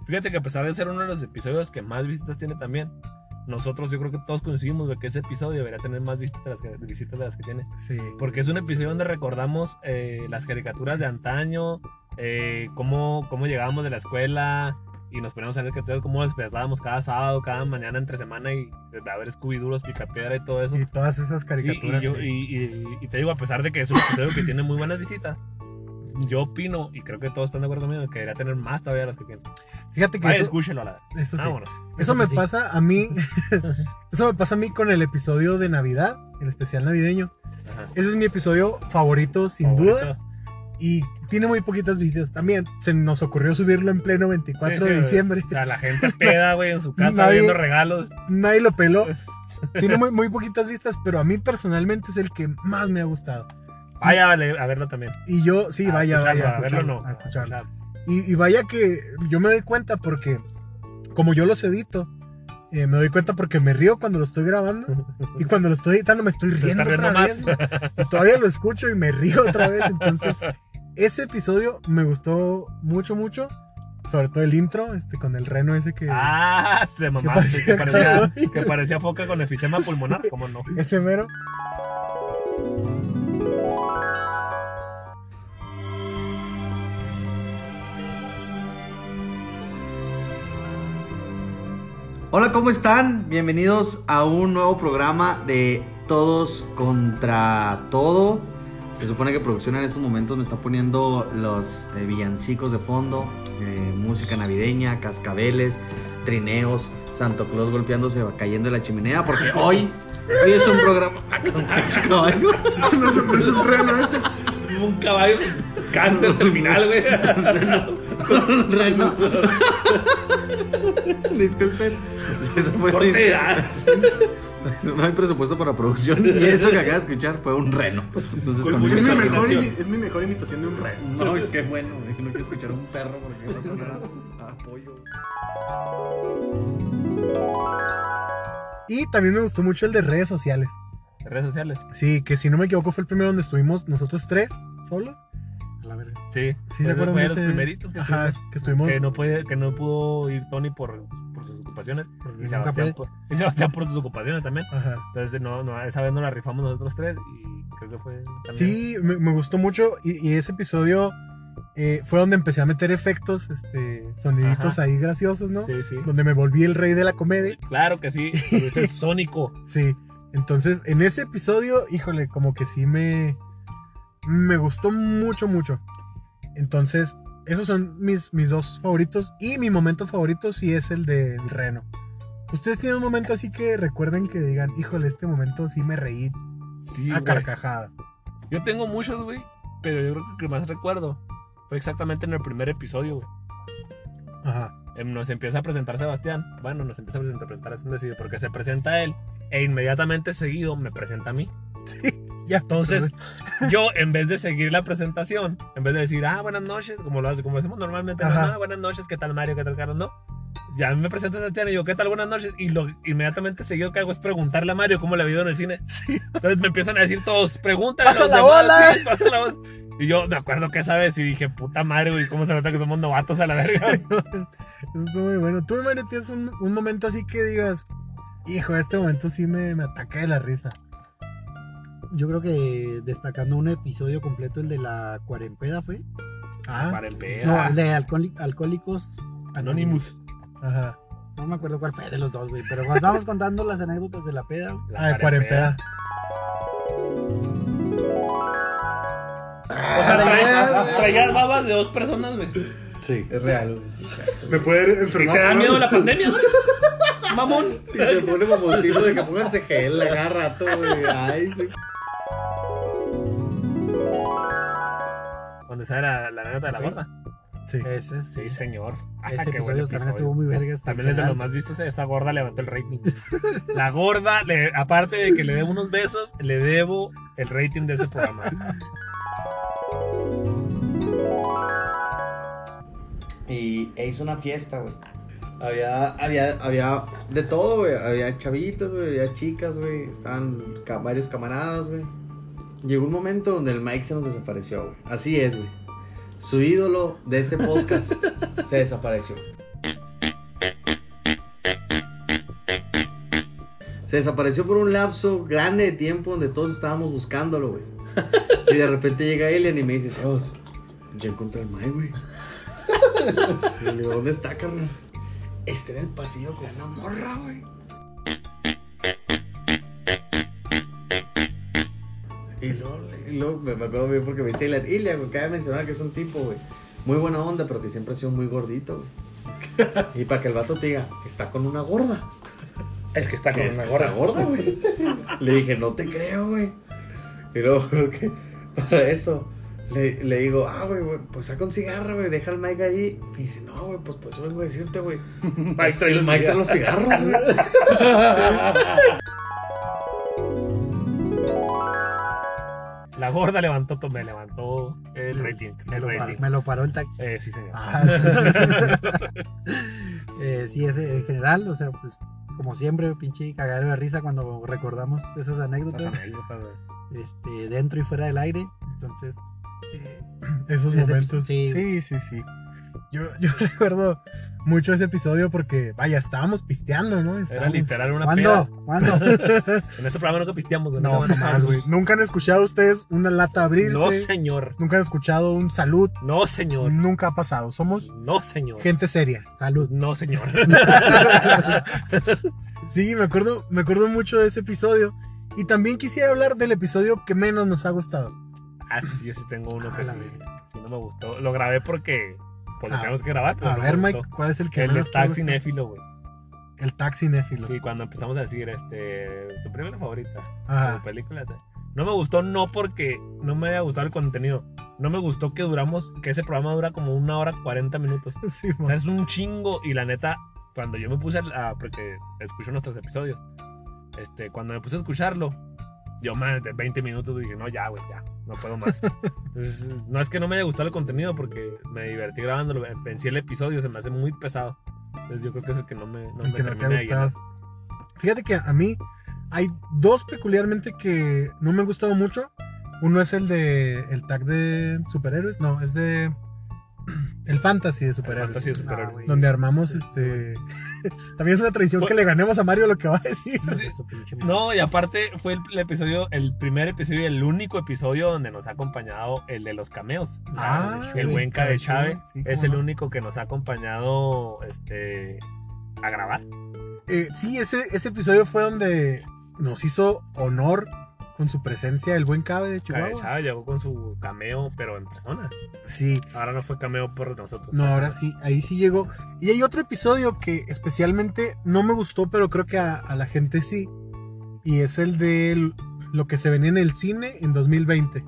Fíjate que a pesar de ser uno de los episodios que más visitas tiene también, nosotros yo creo que todos coincidimos de que ese episodio debería tener más visitas de las que, visitas de las que tiene. Sí. Porque es un episodio donde recordamos eh, las caricaturas de antaño, eh, cómo, cómo llegábamos de la escuela y nos poníamos a ver caricaturas, cómo despertábamos cada sábado, cada mañana, entre semana y eh, a ver Scooby-Doo, los Picapiedra y todo eso. Y todas esas Sí, caricaturas. y, yo- sí. y- y- y te digo, a pesar de que es un episodio que tiene muy buenas visitas, yo opino, y creo que todos están de acuerdo conmigo, que debería tener más todavía las que tienen. Fíjate que Vaya, eso, escúchelo a la vez. eso sí. Vámonos. Eso Eso me que sí. pasa a mí. eso me pasa a mí con el episodio de Navidad, el especial navideño. Ajá. Ese es mi episodio favorito, sin Favorito. duda. Y tiene muy poquitas visitas. También se nos ocurrió subirlo en pleno 24 Sí, sí, de diciembre. O sea, la gente peda, güey, en su casa Nadie- viendo regalos. Nadie lo peló. Tiene muy, muy poquitas vistas, pero a mí personalmente es el que más me ha gustado. Vaya, vale, a verlo también. Y yo, sí, A vaya, escucharlo, vaya. A verlo no. Ah, A escucharlo. escucharlo. Y, y vaya que yo me doy cuenta porque, como yo los edito, eh, me doy cuenta porque me río cuando lo estoy grabando. Y cuando lo estoy editando me estoy Te riendo estás otra riendo vez. Y todavía lo escucho y me río otra vez. Entonces, ese episodio me gustó mucho, mucho. Sobre todo el intro, este, con el reno ese que... Ah, se mamá. parecía Que parecía, Xavier. que parecía foca con efisema pulmonar. ¿Cómo no? Ese mero. Hola, ¿cómo están? Bienvenidos a un nuevo programa de Todos contra Todo. Se supone que producción en estos momentos me está poniendo los eh, villancicos de fondo, eh, música navideña, cascabeles, trineos, Santo Claus golpeándose, cayendo de la chimenea, porque hoy, hoy es un programa... No es un- es un reno ese. Un caballo con cáncer terminal, güey. Reno. Disculpen. Eso fue- Corte de edad. No hay presupuesto para producción. Y eso que acaba de escuchar fue un reno. Entonces, Pues con es, mucha mi mejor, coordinación. imi- es mi mejor imitación de un reno. No, qué bueno. güey, No quiero escuchar a un perro porque va a sonar a- a pollo. Y también me gustó mucho el de redes sociales. Redes sociales. Sí, que si no me equivoco fue el primero donde estuvimos nosotros tres solos. A la verga. Sí. ¿Sí se fue acuerdan de fue de los ese? primeritos que Ajá, tuvimos. que estuvimos... que no, puede, que no pudo ir Tony por, por sus ocupaciones. Y nunca Sebastián puede. por, y Sebastián por sus ocupaciones también. Ajá. Entonces, no, no, esa vez no la rifamos nosotros tres y creo que fue también. Sí, me, me gustó mucho y, y ese episodio eh, fue donde empecé a meter efectos, este, soniditos Ajá. ahí graciosos, pues, ¿no? Sí, sí. Donde me volví el rey de la comedia. Claro que sí. tuviste el Sónico. Sí. Entonces, en ese episodio, híjole, como que sí me. Me gustó mucho, mucho. Entonces, esos son mis, mis dos favoritos. Y mi momento favorito sí es el del reno. ¿Ustedes tienen un momento así que recuerden que digan, híjole, este momento sí me reí Sí, a güey. carcajadas? Yo tengo muchos, güey. Pero yo creo que el que más recuerdo fue exactamente en el primer episodio, güey. Ajá. Em, Nos empieza a presentar Sebastián. Bueno, nos empieza a presentar, es un decidido, porque se presenta él e inmediatamente seguido me presenta a mí. Ya, Entonces, yo en vez de seguir la presentación, en vez de decir, ah, buenas noches, como lo hace, como hacemos normalmente, Ajá. ah, buenas noches, ¿qué tal Mario? ¿Qué tal Carlos? No. Ya me presenta Sebastián y yo, ¿qué tal? Buenas noches. Y lo inmediatamente seguido que hago es preguntarle a Mario cómo le ha ido en el cine. Sí. Entonces me empiezan a decir todos, pregúntale. a Pasa los la demás, bola. sí, pasa la voz. Y yo me acuerdo que esa vez y dije, puta madre, güey, ¿cómo se nota que somos novatos a la verga? Eso estuvo muy bueno. Tú, Mario, tienes un, un momento así que digas, hijo, este momento sí me, me ataqué de la risa. Yo creo que destacando un episodio completo, el de la cuarentena fue. Ah, Para No, el empezar. de alcoholi- Alcohólicos Anonymous. ajá. No me acuerdo cuál fue de los dos, güey. Pero cuando estábamos contando las anécdotas de la peda, güey. Ah, de cuarentena. cuarentena. O sea, traías, traías babas de dos personas, güey. Sí. Es real, güey. Me puede ¿Y enfermar. te da ¿no? miedo la pandemia, güey? Mamón. Y se pone como de que pónganse gel a cada rato, güey. Ay, sí. donde sale la, la anécdota de la Ok. bomba. Sí. Ese, Sí, señor. Ah, Ese qué buen episodio también estuvo muy vergas. También es de ah, los más vistos, esa gorda levantó el rating. La gorda, le- aparte de que le debo unos besos, le debo el rating de ese programa. Y e hizo una fiesta, güey. Había, había, había de todo, güey. Había chavitas, güey. Había chicas, güey. Estaban ca- varios camaradas, güey. Llegó un momento donde el Mike se nos desapareció, güey. Así es, güey. Su ídolo de este podcast se desapareció. Se desapareció por un lapso grande de tiempo donde todos estábamos buscándolo, güey. Y de repente llega Elian y me dice, "Sebas, ya encontré al Mike, güey. Y le digo, ¿dónde está, carnal? Está en el pasillo con una morra, güey. Y luego, le- y luego me, me acuerdo bien porque me dice Ilan, Ilan, me acaba de mencionar que es un tipo, güey, muy buena onda, pero que siempre ha sido muy gordito, güey. Y para que el vato te diga, está con una gorda. Es que está con Es una que gorda. Está gorda, güey. Le dije, no te creo, güey. Y luego creo que para eso le, le digo, ah, güey, güey, pues saca un cigarro, güey, deja al Mike ahí. Y dice, no, güey, pues por eso vengo a decirte, güey. Mike Es que trae el los Mike trae cigarros. los cigarros, güey. La gorda levantó, me levantó el rating. Me El lo, rating. paró, me lo paró el taxi. Eh, sí, señor. Ah, Eh, sí, ese, en general, o sea, pues como siempre, pinche cagadero de risa cuando recordamos esas Esas anécdotas, anécdotas, güey. este, dentro y fuera del aire. Entonces, eh, Esos Ese epi- momentos. sí. Sí, sí, sí. Yo, yo recuerdo mucho ese episodio porque, vaya, estábamos pisteando, ¿no? Era Estábamos- literal una peda. ¿cuándo? ¿Cuándo? En este programa nunca pisteamos, güey. No, nunca jamás, güey. Nunca han escuchado ustedes una lata abrirse. No, señor. Nunca han escuchado un salud. No, señor. Nunca ha pasado. Somos No, señor. gente seria. Salud. No, señor. Sí, me acuerdo, me acuerdo mucho de ese episodio. Y también quisiera hablar del episodio que menos nos ha gustado. Ah, sí, yo sí tengo uno que sí, A la verga. sí no me gustó. Lo grabé porque pues, lo Ah, tenemos que grabar. pero A no me ver, gustó. Mike, ¿cuál es el que El menos te ha stack gustado? cinéfilo, güey. El taxi néfilo. Sí, cuando empezamos a decir, este, tu película favorita, tu Ajá. película. tal. No me gustó, no porque no me haya gustado el contenido. No me gustó que duramos, que ese programa dura como una hora 40 minutos. Sí, O mo. sea, es un chingo. Y la neta, cuando yo me puse a. a- porque escucho nuestros episodios. Este, cuando me puse a escucharlo, yo más de 20 minutos dije, no, ya, güey, ya, no puedo más. Entonces, no es que no me haya gustado el contenido porque me divertí grabándolo. En sí el episodio se me hace muy pesado. Entonces, yo creo que es el que no me, no El me que no te ha termina de llenar. gustado. Fíjate que a mí hay dos peculiarmente que no me han gustado mucho. Uno es el de el tag de superhéroes, no, es de el fantasy de superhéroes. fantasy de superhéroes. Pues Ah, güey. Donde armamos este también es una traición que le ganemos a Mario lo que va a decir. Sí. Su pinche madre. No, y aparte fue el, el episodio, el primer episodio y el único episodio donde nos ha acompañado el de los cameos. Ah, el buen Cade Chávez Sí, cómo es el no. único que nos ha acompañado este, a grabar. Eh, sí, ese, ese episodio fue donde nos hizo honor con su presencia el buen Cabe de Cabe Chihuahua. Chávez llegó con su cameo, pero en persona. Sí, Ahora no fue cameo por nosotros. no, ahora sí, ahí sí llegó. Y hay otro episodio que especialmente no me gustó, pero creo que a, a la gente sí. Y es el de lo que se venía en el cine en 2020.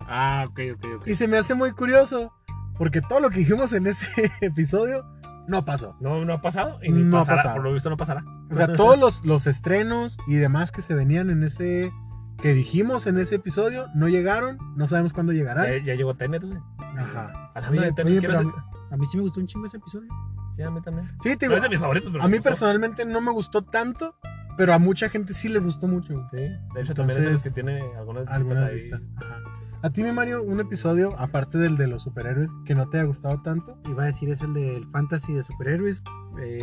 Ah, ok, ok, ok. Y se me hace muy curioso, porque todo lo que dijimos en ese episodio no pasó. No, no ha pasado y ni No ha pasará. pasado. Por lo visto no pasará. O sea, todos los, los estrenos y demás que se venían en ese... que dijimos en ese episodio, no llegaron, no sabemos cuándo llegarán. Ya, ya llegó Tenet, güey. Ajá. A la vida de Oye, Tenet. oye, ¿Quieres- pero a A mí sí me gustó un chingo ese episodio. Sí, a mí también. Sí, te No digo, es de mis favoritos, pero a me mí gustó. personalmente no me gustó tanto, pero a mucha gente sí le gustó mucho. güey. Sí, de hecho también es de los que Entonces, tiene algunas Alguna visitas de ahí. esta. Ajá. A ti, mi Mario, un episodio, aparte del de los superhéroes, que no te ha gustado tanto. iba a decir es el del fantasy de superhéroes. Eh,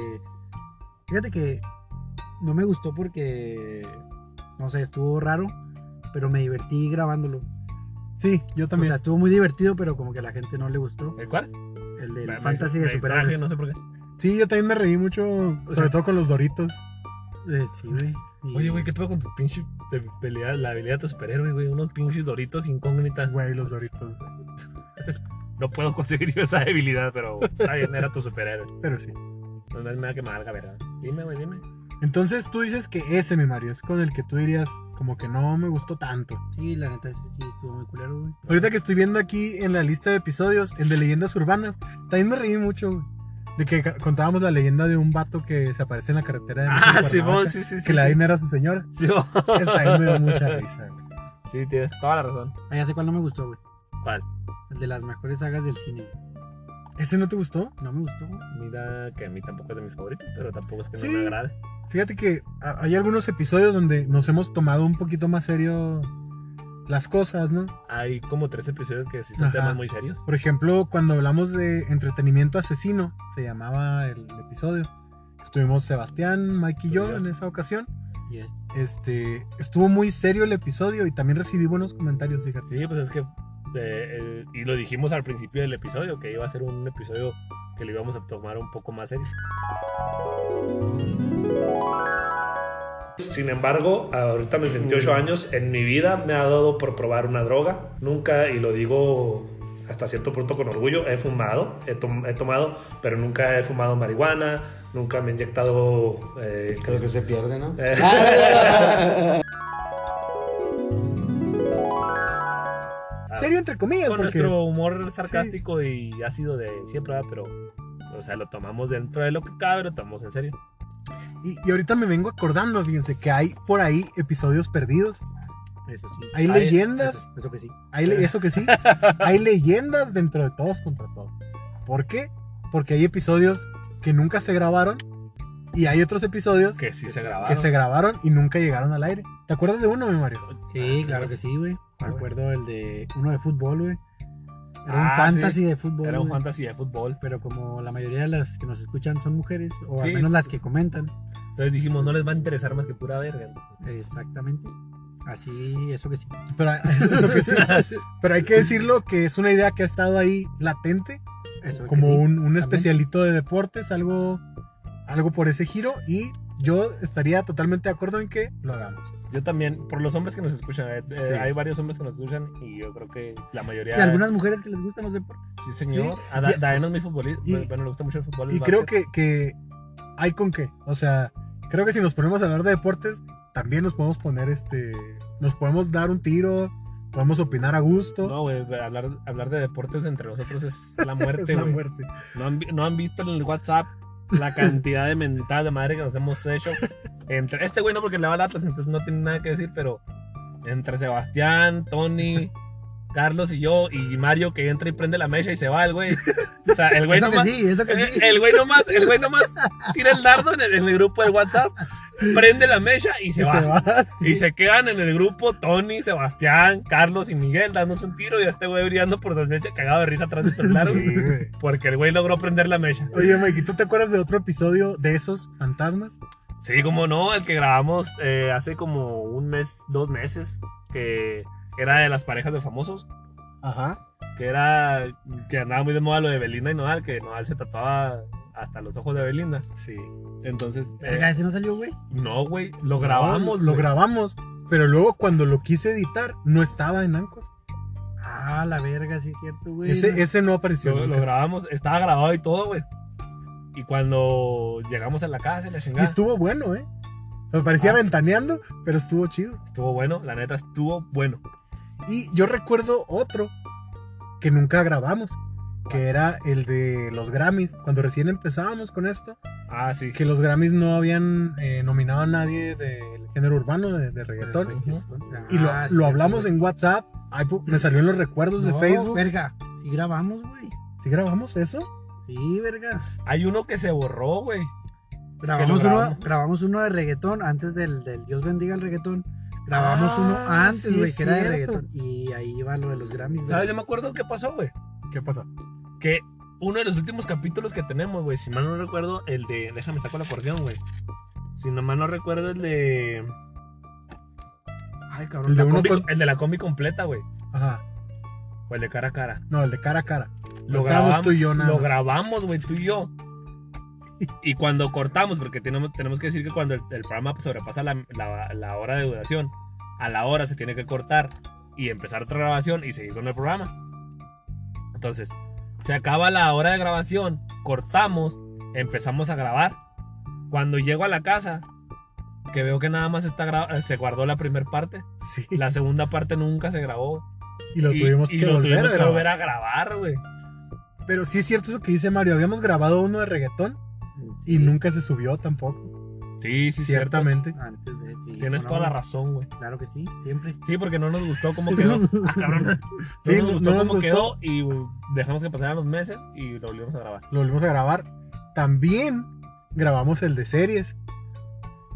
fíjate que no me gustó porque, no sé, estuvo raro, pero me divertí grabándolo. Sí, yo O también. sea, estuvo muy divertido, pero como que a la gente no le gustó. ¿El cuál? El del Me- me- fantasy me de distraje, superhéroes. No sé por qué. sí, yo también me reí mucho, sobre sea- todo con los doritos. Eh, sí, güey. Y- Oye, güey, ¿qué pedo con tus pinches de habilidad, la habilidad de tu superhéroe, güey? Unos pinches doritos incógnitas. Güey, los doritos, güey. No puedo conseguir yo esa habilidad, pero está bien, era tu superhéroe. Pero sí. No es nada que me valga, ¿verdad? Dime, güey, dime. Entonces tú dices que ese, mi Mario, es con el que tú dirías como que no me gustó tanto. Sí, la neta, sí, sí, estuvo muy culero, güey. Ahorita que estoy viendo aquí en la lista de episodios, el de leyendas urbanas, también me reí mucho, güey. De que ca- contábamos la leyenda de un vato que se aparece en la carretera de México Ah, a Simón, Cuernavaca, sí, sí, sí. Que la sí, Aina era su señora. sí, Simón. Esta también me dio mucha risa, güey. Sí, tienes toda la razón. Ah, ya sé cuál no me gustó, güey. ¿Cuál? El de las mejores sagas del cine. güey. ¿Ese no te gustó? No me gustó, güey. Mira, que a mí tampoco es de mis favoritos, pero tampoco es que Sí. no me agrade. Fíjate que a- hay algunos episodios donde nos hemos tomado un poquito más serio las cosas, ¿no? Hay como tres episodios que sí son Ajá. temas muy serios. Por ejemplo, cuando hablamos de entretenimiento asesino, se llamaba el episodio. Estuvimos Sebastián, Mike y yo en esa ocasión. Yes. Este, estuvo muy serio el episodio y también recibí buenos comentarios, fíjate. Sí, pues es que. eh, el- y lo dijimos al principio del episodio, que iba a ser un episodio que le íbamos a tomar un poco más serio. Sin embargo, ahorita mis Mm. 28 años, en mi vida me ha dado por probar una droga. Nunca, y lo digo hasta cierto punto con orgullo, he fumado, he, tom- he tomado, pero nunca he fumado marihuana, nunca me he inyectado... eh, Creo que se pierde, ¿no? eh, Serio entre comillas, Ah, con porque nuestro humor sarcástico y ácido de siempre, ¿verdad? pero o sea, lo tomamos dentro de lo que cabe, lo tomamos en serio. y, y ahorita me vengo acordando, fíjense, que hay por ahí episodios perdidos. Eso sí. Hay Ah, leyendas. Eso, eso que sí. Hay le- eso que sí, hay leyendas dentro de todos contra todos. ¿Por qué? Porque hay episodios que nunca se grabaron y hay otros episodios Que sí se que grabaron. se grabaron y nunca llegaron al aire. ¿Te acuerdas de uno, mi Mario? Sí, Ah, claro pues. que sí, güey. Me Ah, acuerdo el de uno de fútbol, güey. Era Ah, un fantasy sí. de fútbol. Era un güey. fantasy de fútbol. Pero como la mayoría de las que nos escuchan son mujeres, o Sí. al menos las que comentan. Entonces dijimos, no les va a interesar más que pura verga. Exactamente. Así, eso que sí. Pero, eso- eso que sí. Pero hay que decirlo que es una idea que ha estado ahí latente, Eso que como sí. un, un también. especialito de deportes, algo, algo por ese giro y yo estaría totalmente de acuerdo en que lo hagamos. Yo también, por los hombres que nos escuchan, eh, eh, Sí. hay varios hombres que nos escuchan y yo creo que la mayoría... Y algunas mujeres que les gustan los deportes. Sí, señor. Sí. A Da- Y- Daeno es mi futbolista. y- bueno, le gusta mucho el fútbol. el Y creo básquet. que, que hay con qué. O sea, creo que si nos ponemos a hablar de deportes, también nos podemos poner este. Nos podemos dar un tiro, podemos opinar a gusto. No, güey, hablar, hablar de deportes entre nosotros es la muerte, Es la güey. muerte. ¿No han, vi- no han visto en el WhatsApp la cantidad de mentadas de madre que nos hemos hecho? Entre, este güey no porque le va al Atlas, entonces no tiene nada que decir, pero entre Sebastián, Tony, Carlos y yo, y Mario que entra y prende la mecha y se va el güey. O sea, el güey eso nomás... que sí, eso que El, sí. el güey nomás, el güey nomás tira el dardo en el, en el grupo del WhatsApp, prende la mecha y se, Y va. se va, sí. Y se quedan en el grupo Tony, Sebastián, Carlos y Miguel dándose un tiro y este güey brillando por su ausencia cagado de risa atrás del celular. güey. Sí, güey. Porque el güey logró prender la mecha. Oye, Mikey, ¿tú te acuerdas de otro episodio de esos fantasmas? Sí, como no, el que grabamos eh, hace como un mes, dos meses, que era de las parejas de famosos, Ajá. que era que andaba muy de moda lo de Belinda y Nodal, que Nodal se tapaba hasta los ojos de Belinda. Sí. Entonces, eh, Verga, ese no salió, güey. no, güey, lo grabamos. Lo güey. grabamos. Pero luego cuando lo quise editar, no estaba en Anchor. Ah, la verga, sí, es cierto, güey. Ese, ese no apareció. Lo, lo nunca. grabamos, estaba grabado y todo, güey. Y cuando llegamos a la casa y la y chingada, estuvo, estuvo bueno, ¿eh? Me parecía Ah. ventaneando, pero estuvo chido. bueno, la neta estuvo bueno. Y yo recuerdo otro que nunca grabamos, que era el de los Grammys. Cuando recién empezábamos con esto, Ah, sí. que los Grammys no habían eh, nominado a nadie del género urbano, de, de reggaetón. Y lo, Ah, sí, lo cierto, hablamos güey. en WhatsApp, ahí pu- me salió en los recuerdos de No, Facebook. Verga, sí grabamos, güey. ¿Sí grabamos eso? Sí, verga. Hay uno que se borró, güey. Grabamos, uno, grabamos. grabamos uno de reggaetón antes del, del Dios bendiga el reggaetón. Grabamos Ah, uno antes, sí, güey, es que era de cierto. reggaetón. Y ahí iba lo de los Grammys, güey. ¿Sabes? Yo me acuerdo qué pasó, güey. ¿Qué pasó? que uno de los últimos capítulos que tenemos, güey, si mal no recuerdo, el de. Déjame saco el acordeón, güey. Si no mal no recuerdo, el de. Ay, cabrón. El de la uno combi- con- el de la combi completa, güey. Ajá. O el de cara a cara. No, el de cara a cara. Lo grabamos grabamos, tú y yo, nada lo más. grabamos, güey, tú y yo. Y cuando cortamos, porque tenemos, tenemos que decir que cuando el, el programa sobrepasa la, la- la hora de duración, a la hora se tiene que cortar y empezar otra grabación y seguir con el programa. Entonces, se acaba la hora de grabación, cortamos, empezamos a grabar. Cuando llego a la casa, que veo que nada más está gra- eh, se guardó la primera parte. Sí. La segunda parte nunca se grabó. Y lo Y- tuvimos, y que, lo volver tuvimos a que grabar. volver a grabar, güey. Pero sí es cierto eso que dice Mario. Habíamos grabado uno de reggaetón y nunca se subió tampoco. Sí, sí, cierto. ciertamente. Antes de, sí, Tienes ¿cómo toda la no? razón, güey. Claro que sí, siempre. Sí, porque no nos gustó cómo quedó. Ah, cabrón. Sí, no nos gustó no nos cómo gustó. quedó y güey, dejamos que pasaran los meses y lo volvimos a grabar. Lo volvimos a grabar. También grabamos el de series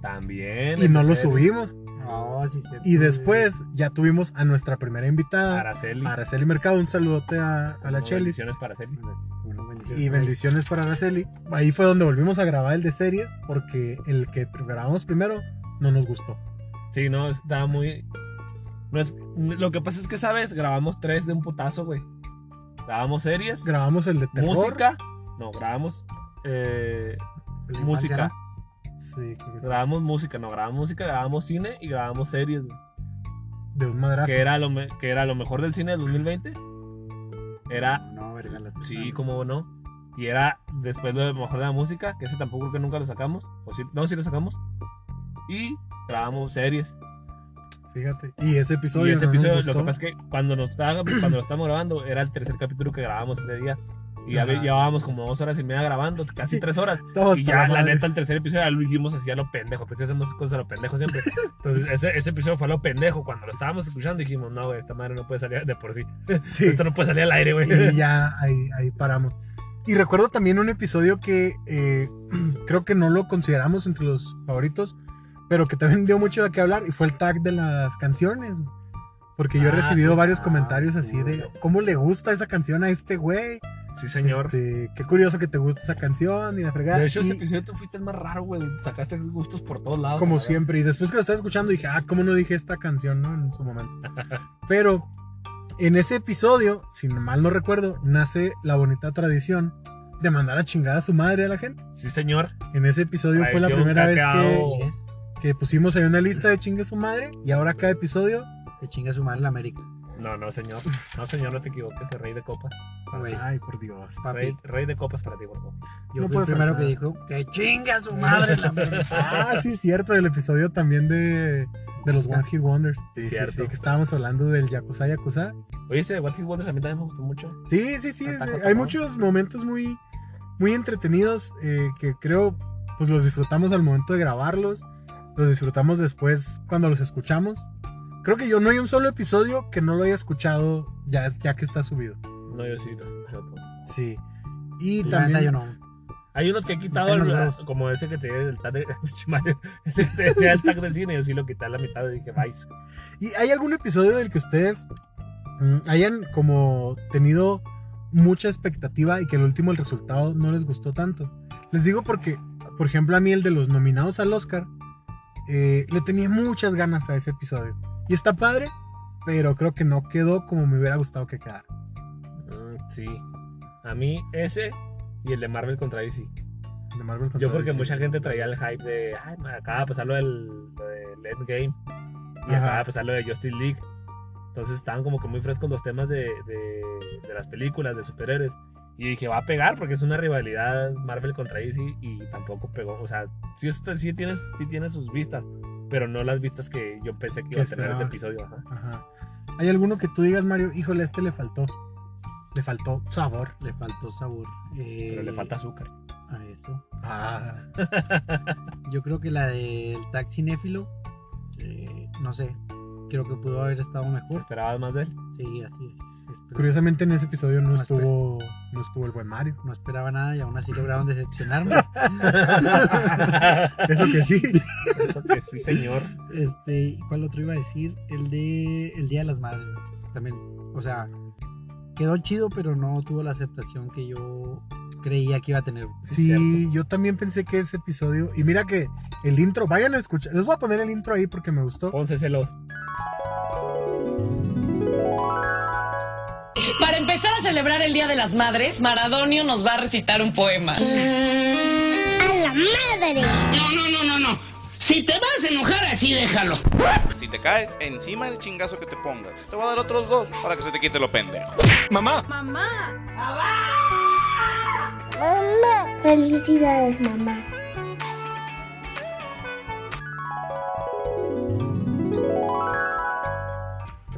También. y no lo entonces, subimos. No, sí, cierto. Mm. Y después ya tuvimos a nuestra primera invitada, Araceli. Araceli Mercado. Un saludote a, a la Chelis. Bendiciones para Araceli. Bueno, bendiciones. Y bendiciones para Araceli. Ahí fue donde volvimos a grabar el de series porque el que grabamos primero no nos gustó. Sí, no, estaba muy. No es... Lo que pasa es que, ¿sabes? Grabamos tres de un putazo, güey. Grabamos series, Grabamos el de terror. música. No, grabamos. eh, La infancia, música. ¿no? Sí, creo que- Grabamos música, no, grabamos música, grabamos cine y grabamos series, güey. de un madrazo. Que era, lo me- que era lo mejor del cine del 2020. Era, No, verga, las tres sí, están- como no. Y era después lo mejor de la música, que ese tampoco creo que nunca lo sacamos. O sí- no, sí lo sacamos. Y grabamos series. Fíjate. Y ese episodio. y ese no nos episodio, lo gustó. que pasa es que cuando, nos estaba- cuando lo estábamos grabando, era el tercer capítulo que grabamos ese día. Y ya Ajá. ve- Pues llevábamos como dos horas y media grabando, casi tres horas. Estábamos Y hasta ya, la madre. neta, el tercer episodio ya lo hicimos así a lo pendejo. Pues hacemos cosas a lo pendejo siempre. Entonces, ese, ese episodio fue a lo pendejo. Cuando lo estábamos escuchando, dijimos, no, güey, esta madre no puede salir de por sí. Sí. Esto no puede salir al aire, güey. Y ya ahí, ahí paramos. Y recuerdo también un episodio que eh, creo que no lo consideramos entre los favoritos, pero que también dio mucho de qué hablar y fue el tag de las canciones. Porque yo he Ah, recibido sí. varios Ah, comentarios sí, así de güey. cómo le gusta esa canción a este güey. Sí, señor. Este, qué curioso que te gusta esa canción y la fregada. De hecho, Y ese episodio tú fuiste el más raro, güey. Sacaste gustos por todos lados. como a la siempre. Y después que lo estaba escuchando dije, ah, cómo no dije esta canción, ¿no? En su momento. Pero en ese episodio, si mal no recuerdo, nace la bonita tradición de mandar a chingar a su madre a la gente. verga. Sí, señor. En ese episodio fue la Tradición primera vez cacao. que, Sí, es. que pusimos ahí una lista de chingue a su madre. Y ahora cada episodio, Que chinga su madre la América. No, no, señor. No, señor, no te equivoques. El rey de copas. Güey, ay, por Dios. papi. Rey, rey de copas para ti, por favor. Yo No fui puede el primero faltar. que dijo que chinga su madre la América. Ah, sí, cierto, el episodio también de, de los One Hit Wonders. Sí, cierto. que estábamos hablando del Yakuza Yakuza. Oye, ese de What Hit Wonders a mí también me gustó mucho. Sí, sí, sí. Ataco, eh, ataco. Hay muchos momentos muy, muy entretenidos eh, que creo pues los disfrutamos al momento de grabarlos. Los disfrutamos después cuando los escuchamos. Creo que yo no hay un solo episodio que no lo haya escuchado ya, ya que está subido. No, yo sí los escuché todos. Sí. Y La neta, también yo no. Hay unos que he quitado, Ahí nos el- vemos. como ese que te dio el tag de, Mario, ese que te decía el tag del cine, yo sí lo quité a la mitad y dije, vais. ¿Y hay algún episodio del que ustedes mm, hayan como tenido mucha expectativa y que el último el resultado no les gustó tanto? Les digo porque, por ejemplo, a mí el de los nominados al Oscar, eh, le tenía muchas ganas a ese episodio. Y está padre, pero creo que no quedó como me hubiera gustado que quedara. Mm, sí. A mí ese y el de Marvel contra DC. El de Marvel Yo contra porque DC. mucha gente traía el hype de, ay, me acaba de pasar lo del, lo del Endgame y Ajá. acaba de pasar lo de Justice League. Entonces estaban como que muy frescos los temas de, de- de las películas, de superhéroes. Y dije, va a pegar porque es una rivalidad Marvel contra DC y tampoco pegó. O sea, sí, es- sí, tienes, sí tiene sus vistas, pero no las vistas que yo pensé que Que iba a tener ese esperabas. episodio. ajá. Ajá. ¿Hay alguno que tú digas, Mario, híjole, a este le faltó? Le faltó sabor. Le faltó sabor. Eh, Pero le falta azúcar. a eso. Ah, Yo creo que la del tag cinéfilo, eh, no sé. Creo que pudo haber estado mejor. Esperabas más de él. Sí, así es. Espero- Curiosamente en ese episodio no, No, estuvo, no estuvo el buen Mario. No esperaba nada y aún así lograron decepcionarme. Eso que sí. Eso que sí, señor. Este, ¿cuál otro iba a decir? El de el Día de las Madres. También, o sea, quedó chido, pero no tuvo la aceptación que yo creía que iba a tener. Sí, yo también pensé que ese episodio. Y mira que el intro, vayan a escuchar. Les voy a poner el intro ahí porque me gustó. Pónseselos. Para empezar a celebrar el Día de las Madres, Maradonio nos va a recitar un poema. ¡A la madre! No, no, no, no, no. Si te vas a enojar así, déjalo. Si te caes, encima el chingazo que te pongas. Te voy a dar otros dos para que se te quite lo pendejo. ¡Mamá! Felicidades, mamá.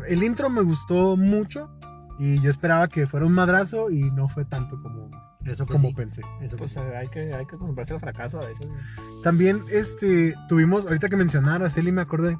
el intro me gustó mucho y yo esperaba que fuera un madrazo y no fue tanto como, Eso que como Pues sí, pensé. Eso que Pues sí. eh, hay que, hay que acostumbrarse al fracaso a veces. También este, tuvimos, ahorita que mencionar a Celi me acordé,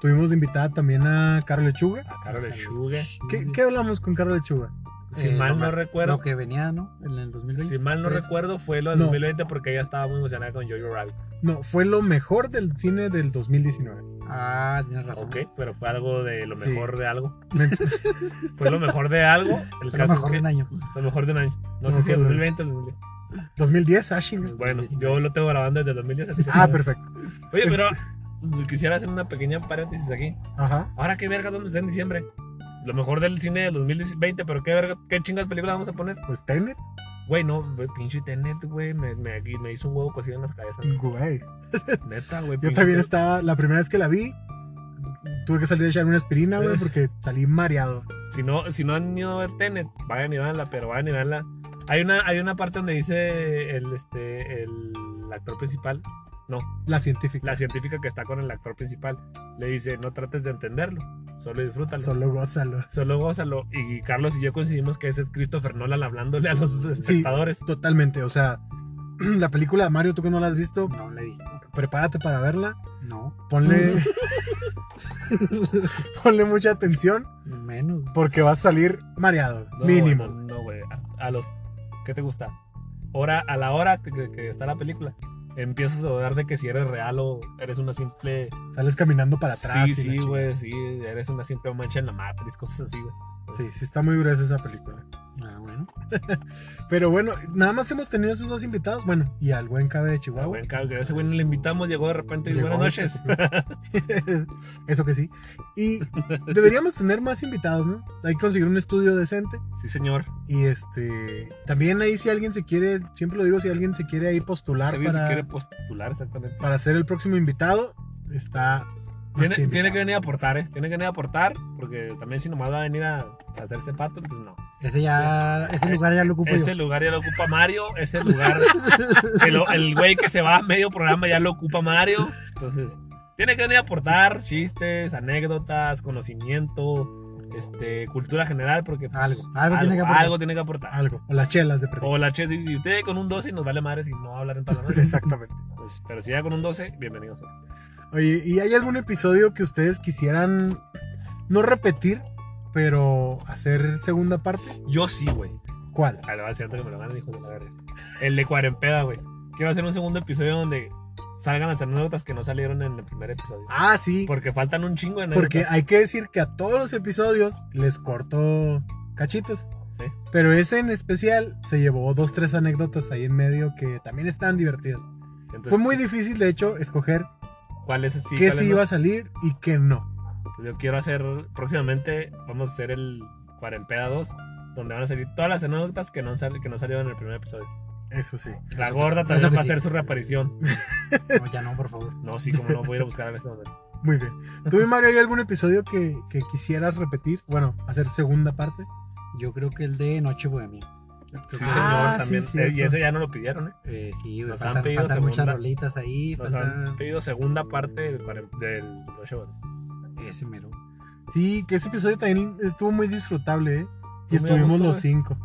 tuvimos de invitada también a Carla Lechuga. A Carlos Lechuga. ¿Qué, qué hablamos con Carla Lechuga? Si Eh, mal lo no que- recuerdo. Lo que venía, ¿no? En el 2020. Si mal no Pues, recuerdo, fue lo del No. 2020 porque ella estaba muy emocionada con Jojo Rabbit. No, fue lo mejor del cine del 2019. Ah, tienes razón. Ok, pero fue algo de lo Sí. mejor de algo. Fue lo mejor de algo. El caso Fue lo es mejor pues que- de un año. Lo mejor de un año. Lo No sé si el mejor de un 2020 o el 2010. 2010, Ashi. Bueno, yo lo tengo grabando desde el 2010. a ti te Ah, tengo- perfecto. Oye, pero quisiera hacer una pequeña paréntesis aquí. Ajá. Ahora, ¿qué verga dónde está en diciembre? Lo mejor del cine del 2020, pero ¿qué verga, qué chingas películas vamos a poner? Pues Tenet, Güey, no, güey, pinche Tenet, güey, me, me, aquí me hizo un huevo cocido en las cabezas. güey. güey. Neta, güey. Yo pinche también Tenet. estaba, la primera vez que la vi, tuve que salir a echarme una aspirina, Eh. güey, porque salí mareado. Si no, si no han ido a ver Tenet, vayan y vanla, pero vayan y vanla. Hay una, hay una parte donde dice el, este, el actor principal, La científica. la científica que está con el actor principal, le dice, no trates de entenderlo, solo disfrútalo. Solo gózalo. Solo gózalo. Y Carlos y yo coincidimos que ese es Christopher Nolan hablándole a los espectadores. Totalmente, o sea, la película de Mario, tú que no la has visto, No la he visto. prepárate para verla, No, ponle... ponle mucha atención menos. porque vas a salir mareado, No, mínimo. güey, No, no, güey. A, a los. ¿Qué te gusta? Hora, a la hora que, que está la película, empiezas a dudar de que si eres real o eres una simple. Sales caminando para atrás. y Sí, la sí, chingada. güey, sí. Eres una simple mancha en la matriz, cosas así, güey. Sí, sí, está muy gruesa esa película. Ah, bueno. Pero bueno, nada más hemos tenido esos dos invitados, bueno, y al buen cabe de Ah, Chihuahua. güey, cabrón, ese güey no le invitamos, llegó de repente y Llegó, buenas noches. Eso que sí. Y deberíamos tener más invitados, ¿no? Hay que conseguir un estudio decente. Sí, señor. Y este. También ahí, si alguien se quiere, siempre lo digo, si alguien se quiere ahí postular Se ve si para, quiere postular, exactamente. para ser el próximo invitado, está. más que Tiene, tiene que invitado. venir a aportar, ¿eh? Tiene que venir a aportar, porque también si nomás va a venir a, a hacerse pato, entonces no. Ese ya, Ah, ese Eh, lugar ya lo ocupo yo. Ese lugar ya lo ocupa Mario, ese lugar, el, el güey que se va a medio programa ya lo ocupa Mario. Entonces, tiene que venir a aportar chistes, anécdotas, conocimiento, este, cultura general, porque pues, Algo, Ah, algo tiene que aportar. algo tiene que aportar. Algo. O las chelas de perdido. O la che, si, si usted con un 12 nos vale madre si no va a hablar en toda la noche. Exactamente. Pues, pero si llega con un 12, bienvenido. sea. Oye, ¿y hay algún episodio que ustedes quisieran no repetir, pero hacer segunda parte? Yo sí, güey. ¿Cuál? Ah, lo voy a hacer antes que me lo ganen, hijo de la verga. El de Cuarempeda, güey. Quiero hacer un segundo episodio donde salgan las anécdotas que no salieron en el primer episodio. Ah, sí. Porque faltan un chingo de anécdotas. Porque hay que decir que a todos los episodios les cortó cachitos. Sí. Pero ese en especial se llevó dos, tres anécdotas ahí en medio que también están divertidas. Entonces, Fue muy difícil, de hecho, escoger ¿Cuál es así? qué cuál sí es iba no? a salir y qué no. Yo quiero hacer próximamente, vamos a hacer el Cuarempeda 2, donde van a salir todas las anécdotas que no, sal- que no salieron en el primer episodio. Eso sí. La gorda Eso también que va a sí. hacer su reaparición. No, ya no, por favor. No, sí, como no, voy a ir a buscar en este momento. Muy bien. ¿Tú y Mario hay algún episodio que, que quisieras repetir? Bueno, hacer segunda parte. Yo creo que el de Noche Bohemia. Sí, Ah, señor, también. sí, Eh, y cierto. ese ya no lo pidieron, ¿eh? Eh, sí, güey, Nos han faltan, pedido faltan muchas segunda. rolitas ahí. Nos han Falta pedido segunda parte del, cuaren- del noche, bueno. ese mero. Sí, que ese episodio también estuvo muy disfrutable, ¿eh? Y Fue muy a estuvimos gusto, los ¿eh? cinco.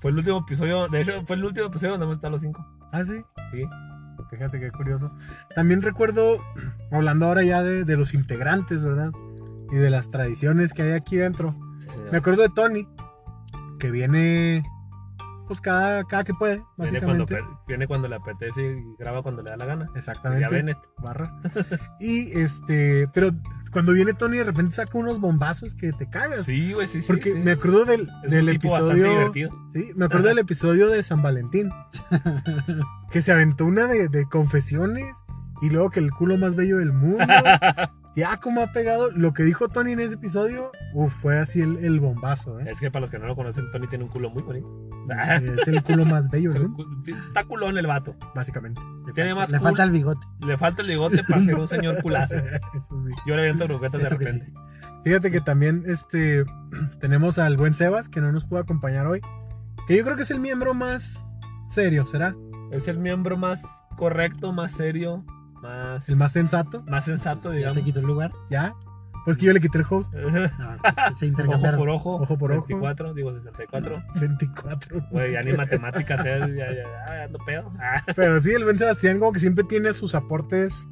Fue el último episodio, de hecho, fue el último episodio donde hemos estado los cinco. Ah, sí. Sí. Fíjate qué curioso. También recuerdo, hablando ahora ya de, de los integrantes, ¿verdad? Y de las tradiciones que hay aquí dentro. Me acuerdo de Tony, que viene, pues cada, cada que puede, Viene cuando, básicamente. pe- viene cuando le apetece y graba cuando le da la gana. Ya Exactamente. Bennett. barra. Y este, pero cuando viene Tony, de repente saca unos bombazos que te cagas. Sí, güey, sí, sí. Porque sí. me acuerdo del, Es un del tipo bastante episodio. divertido. Sí, me acuerdo del episodio de San Valentín. que se aventó una de, de confesiones y luego que el culo más bello del mundo. ya como ha pegado lo que dijo Tony en ese episodio, uf, fue así el, el bombazo, ¿eh? Es que para los que no lo conocen, Tony tiene un culo muy bonito. Ah, Es el culo más bello, ¿no? Está culón el vato. Básicamente. Le tiene más Le cul- falta el bigote. le falta el bigote para ser un señor culazo. Eso sí. Yo le aviento croquetas de Eso que repente. Fíjate que también este tenemos al buen Sebas que no nos pudo acompañar hoy, que yo creo que es el miembro más serio, ¿será? Es el miembro más correcto, más serio, más, El más sensato, más sensato, Ya te digamos. quito el lugar. ¿ya? Pues que yo le quité el host. No, pues, Ojo se intercambiaron. por ojo. Ojo por ojo. 24, digo 64. 24. Güey, ya ni matemáticas, eh, ya, ya, ya, ando pedo. Ah. Pero sí, el Ben Sebastián como que siempre tiene sus aportes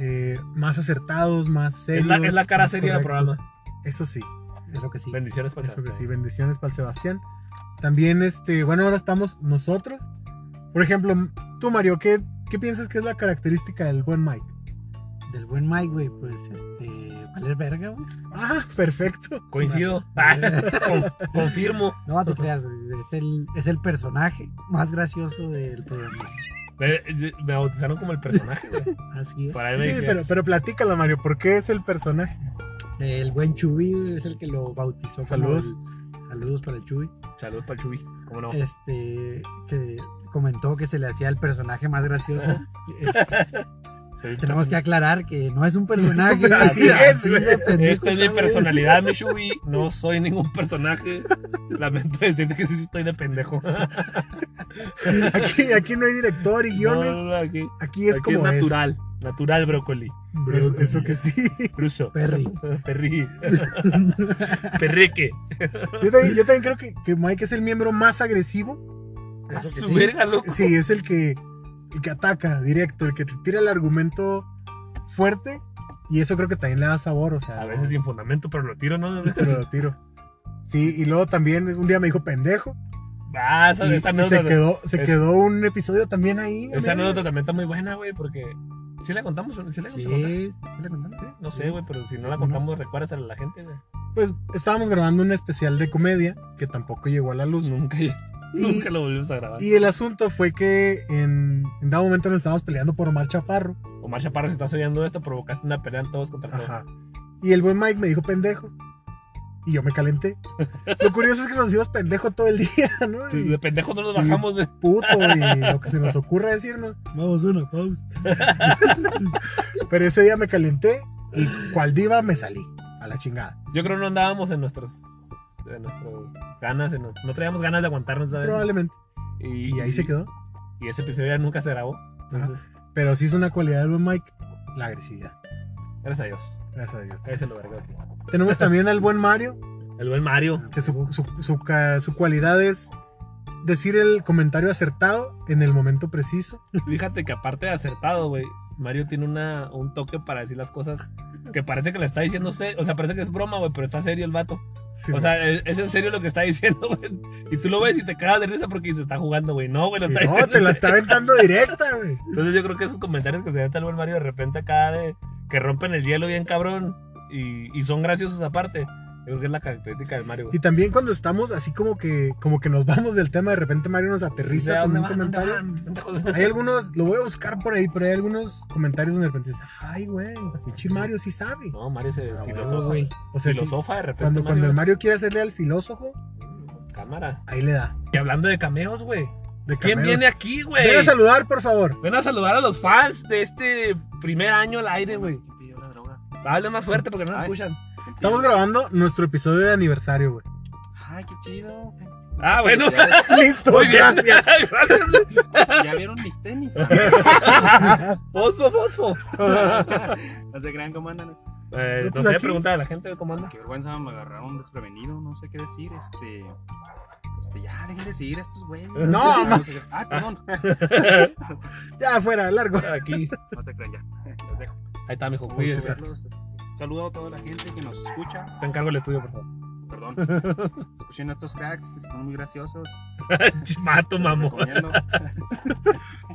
eh, más acertados, más Es serios. la- es la cara más seria del correctos. Eso sí, Es lo que sí. Bendiciones para eso que sí. Sebastián. Bendiciones para el Sebastián. También, este, bueno, ahora estamos nosotros. Por ejemplo, tú, Mario, ¿qué, qué piensas que es la característica del buen Mike? Del buen Mike, güey, pues este. Valer verga, güey. Ah, perfecto. Coincido. Ah, con- confirmo. No te creas, güey. Es el, es el personaje más gracioso del programa. Me, me bautizaron como el personaje, güey. Así es. Por ahí me Sí, dijeron, pero, pero platícala, Mario, ¿por qué es el personaje? El buen Chubi güey, es el que lo bautizó. como Saludos. el- saludos para el Chubi. Salud para el Chuy. ¿Cómo Eh, no? Este. Que comentó que se le hacía el personaje más gracioso. Este, Soy el Tenemos que person- aclarar que no es un personaje. güey. Así es, Así de pendejo Esta es mi está, güey. personalidad, mi Chuy. No soy ningún personaje. Lamento decirte que sí, sí estoy de pendejo. Aquí, aquí no hay director y guiones. No, no, aquí, Aquí es aquí como es es. natural. Natural brócoli. Eso- eso que sí. Cruzo. Perry. Perri. Perrique. Yo también, yo también creo que, que Mike es el miembro más agresivo. A Eso que su sí. verga, loco. Sí, es el que, el que ataca directo, el que te tira el argumento fuerte. Y eso creo que también le da sabor, o sea. A veces sin fundamento, pero lo tiro, ¿no? Pero lo tiro. Sí, y luego también es- un día me dijo pendejo. Ah, esa, y, esa y se anécdota. quedó, se es- quedó un episodio también ahí. Esa amigo. anécdota también está muy buena, güey, porque. ¿Sí la contamos o no? ¿Sí la Sí, vamos a contar? ¿sí le contaron? ¿Sí? No sé, güey, pero si no la contamos, recuerdas a la gente, güey. Pues estábamos grabando un especial de comedia que tampoco llegó a la luz. Nunca, Pues Y, nunca lo volvimos a grabar. y el asunto fue que en, en dado momento nos estábamos peleando por Omar Chaparro. Omar Chaparro, si estás oyendo esto, provocaste una pelea en todos contra todos. Ajá. Y el buen Mike me dijo pendejo. Y yo me calenté. Lo curioso es que nos decimos pendejo todo el día, ¿no? De de Y pendejos no nos bajamos, güey. puto, y lo que se nos ocurra decirnos. Vamos, una pausa. Pero ese día me calenté y cual diva me salí. A la chingada. Yo creo que no andábamos en nuestros. En nuestros ganas, en nos- no traíamos ganas de aguantarnos, ¿sabes? Probablemente. Y, Y ahí se quedó. Y ese episodio ya nunca se grabó. Entonces, Pero sí es una cualidad del buen Mike, la agresividad. gracias a Dios. Gracias a Dios. Ese lo vergó. Tenemos también al buen Mario, El buen Mario. que su, su, su ca- su cualidad es decir el comentario acertado en el momento preciso. Fíjate que aparte de acertado, güey, Mario tiene una, un toque para decir las cosas que parece que le está diciendo serio. O sea, parece que es broma, güey, pero está serio el vato. Sí, o sea, es, es en serio lo que está diciendo, güey. Y tú lo ves y te cagas de risa porque se está jugando, güey. No, güey, lo y está no, diciendo. te la en está aventando directa, güey. Entonces yo creo que esos comentarios que se dan tal vez Mario de repente acá de que rompen el hielo bien cabrón y, y son graciosos aparte. Yo creo que es la característica del Mario. Y güey. también cuando estamos así como que, como que nos vamos del tema, de repente Mario nos O aterriza sea, con ¿dónde un van? ¿Dónde comentario. van? Pendejos. Hay algunos, lo voy a buscar por ahí, pero hay algunos comentarios donde de repente dices, ay, güey, pinche Mario sí sabe. No, Mario se Ah, filosofa. güey. güey. O sea, sí, filosofa de repente. cuando, cuando el Este Mario. Mario quiere hacerle al filósofo, Cámara. ahí le da. Y hablando de cameos, güey. De ¿Quién cameos. viene aquí, güey? Ven a saludar, por favor. Ven a saludar a los fans de este primer año al aire, güey. Hable más fuerte porque no nos escuchan. Estamos grabando nuestro episodio de aniversario, güey. Ay, qué chido. Ah, bueno. Listo, Muy bien. gracias. Gracias. Ya vieron mis tenis. Fosfo, fosfo. No se crean cómo andan. Eh, No, no pues sé, aquí- pregunta a la gente cómo anda. Qué vergüenza, me agarraron desprevenido, no sé qué decir, este... Este, ya, dejen de seguir a estos güeyes. No, no. se crean. Ah, perdón. Ya fuera, largo. Aquí. No se crean, ya. Los dejo. Ahí está, mijo. Pues, Vamos a Cuídese. verlos. Saludo a toda la gente que nos escucha. Te encargo el estudio, por favor. Perdón. Escuchen a estos cracks, son muy graciosos. Mato, mamo. Recomiendo.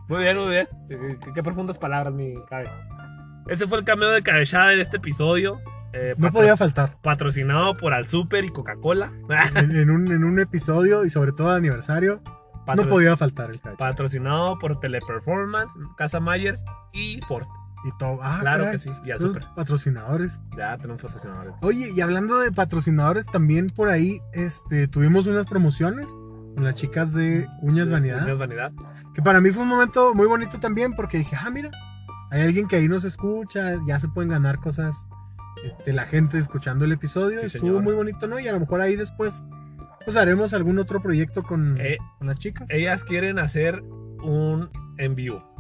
Muy bien, muy bien. Eh, Qué, qué profundas palabras, mi cabe. Ese fue el cameo de cabellada en este episodio. eh, No patro- podía faltar. Patrocinado por Al Super y Coca-Cola. En, en un, en un episodio y sobre todo de aniversario, no Patro- podía faltar el cacho. Patrocinado por Teleperformance, Casa Myers y Ford. Y todo. Ah, claro caray. que sí. Y Al Esos Super. patrocinadores. Ya tenemos patrocinadores. Oye, y hablando de patrocinadores, también por ahí este, tuvimos unas promociones con las chicas de Uñas Vanidad. Mm. Uñas Vanidad. Que para mí fue un momento muy bonito también porque dije, ah, mira, hay alguien que ahí nos escucha, ya se pueden ganar cosas, este, la gente escuchando el episodio, Sí, estuvo señor. muy bonito, ¿no? Y a lo mejor ahí después, pues haremos algún otro proyecto con, Eh, con las chicas. ellas quieren hacer un en vivo.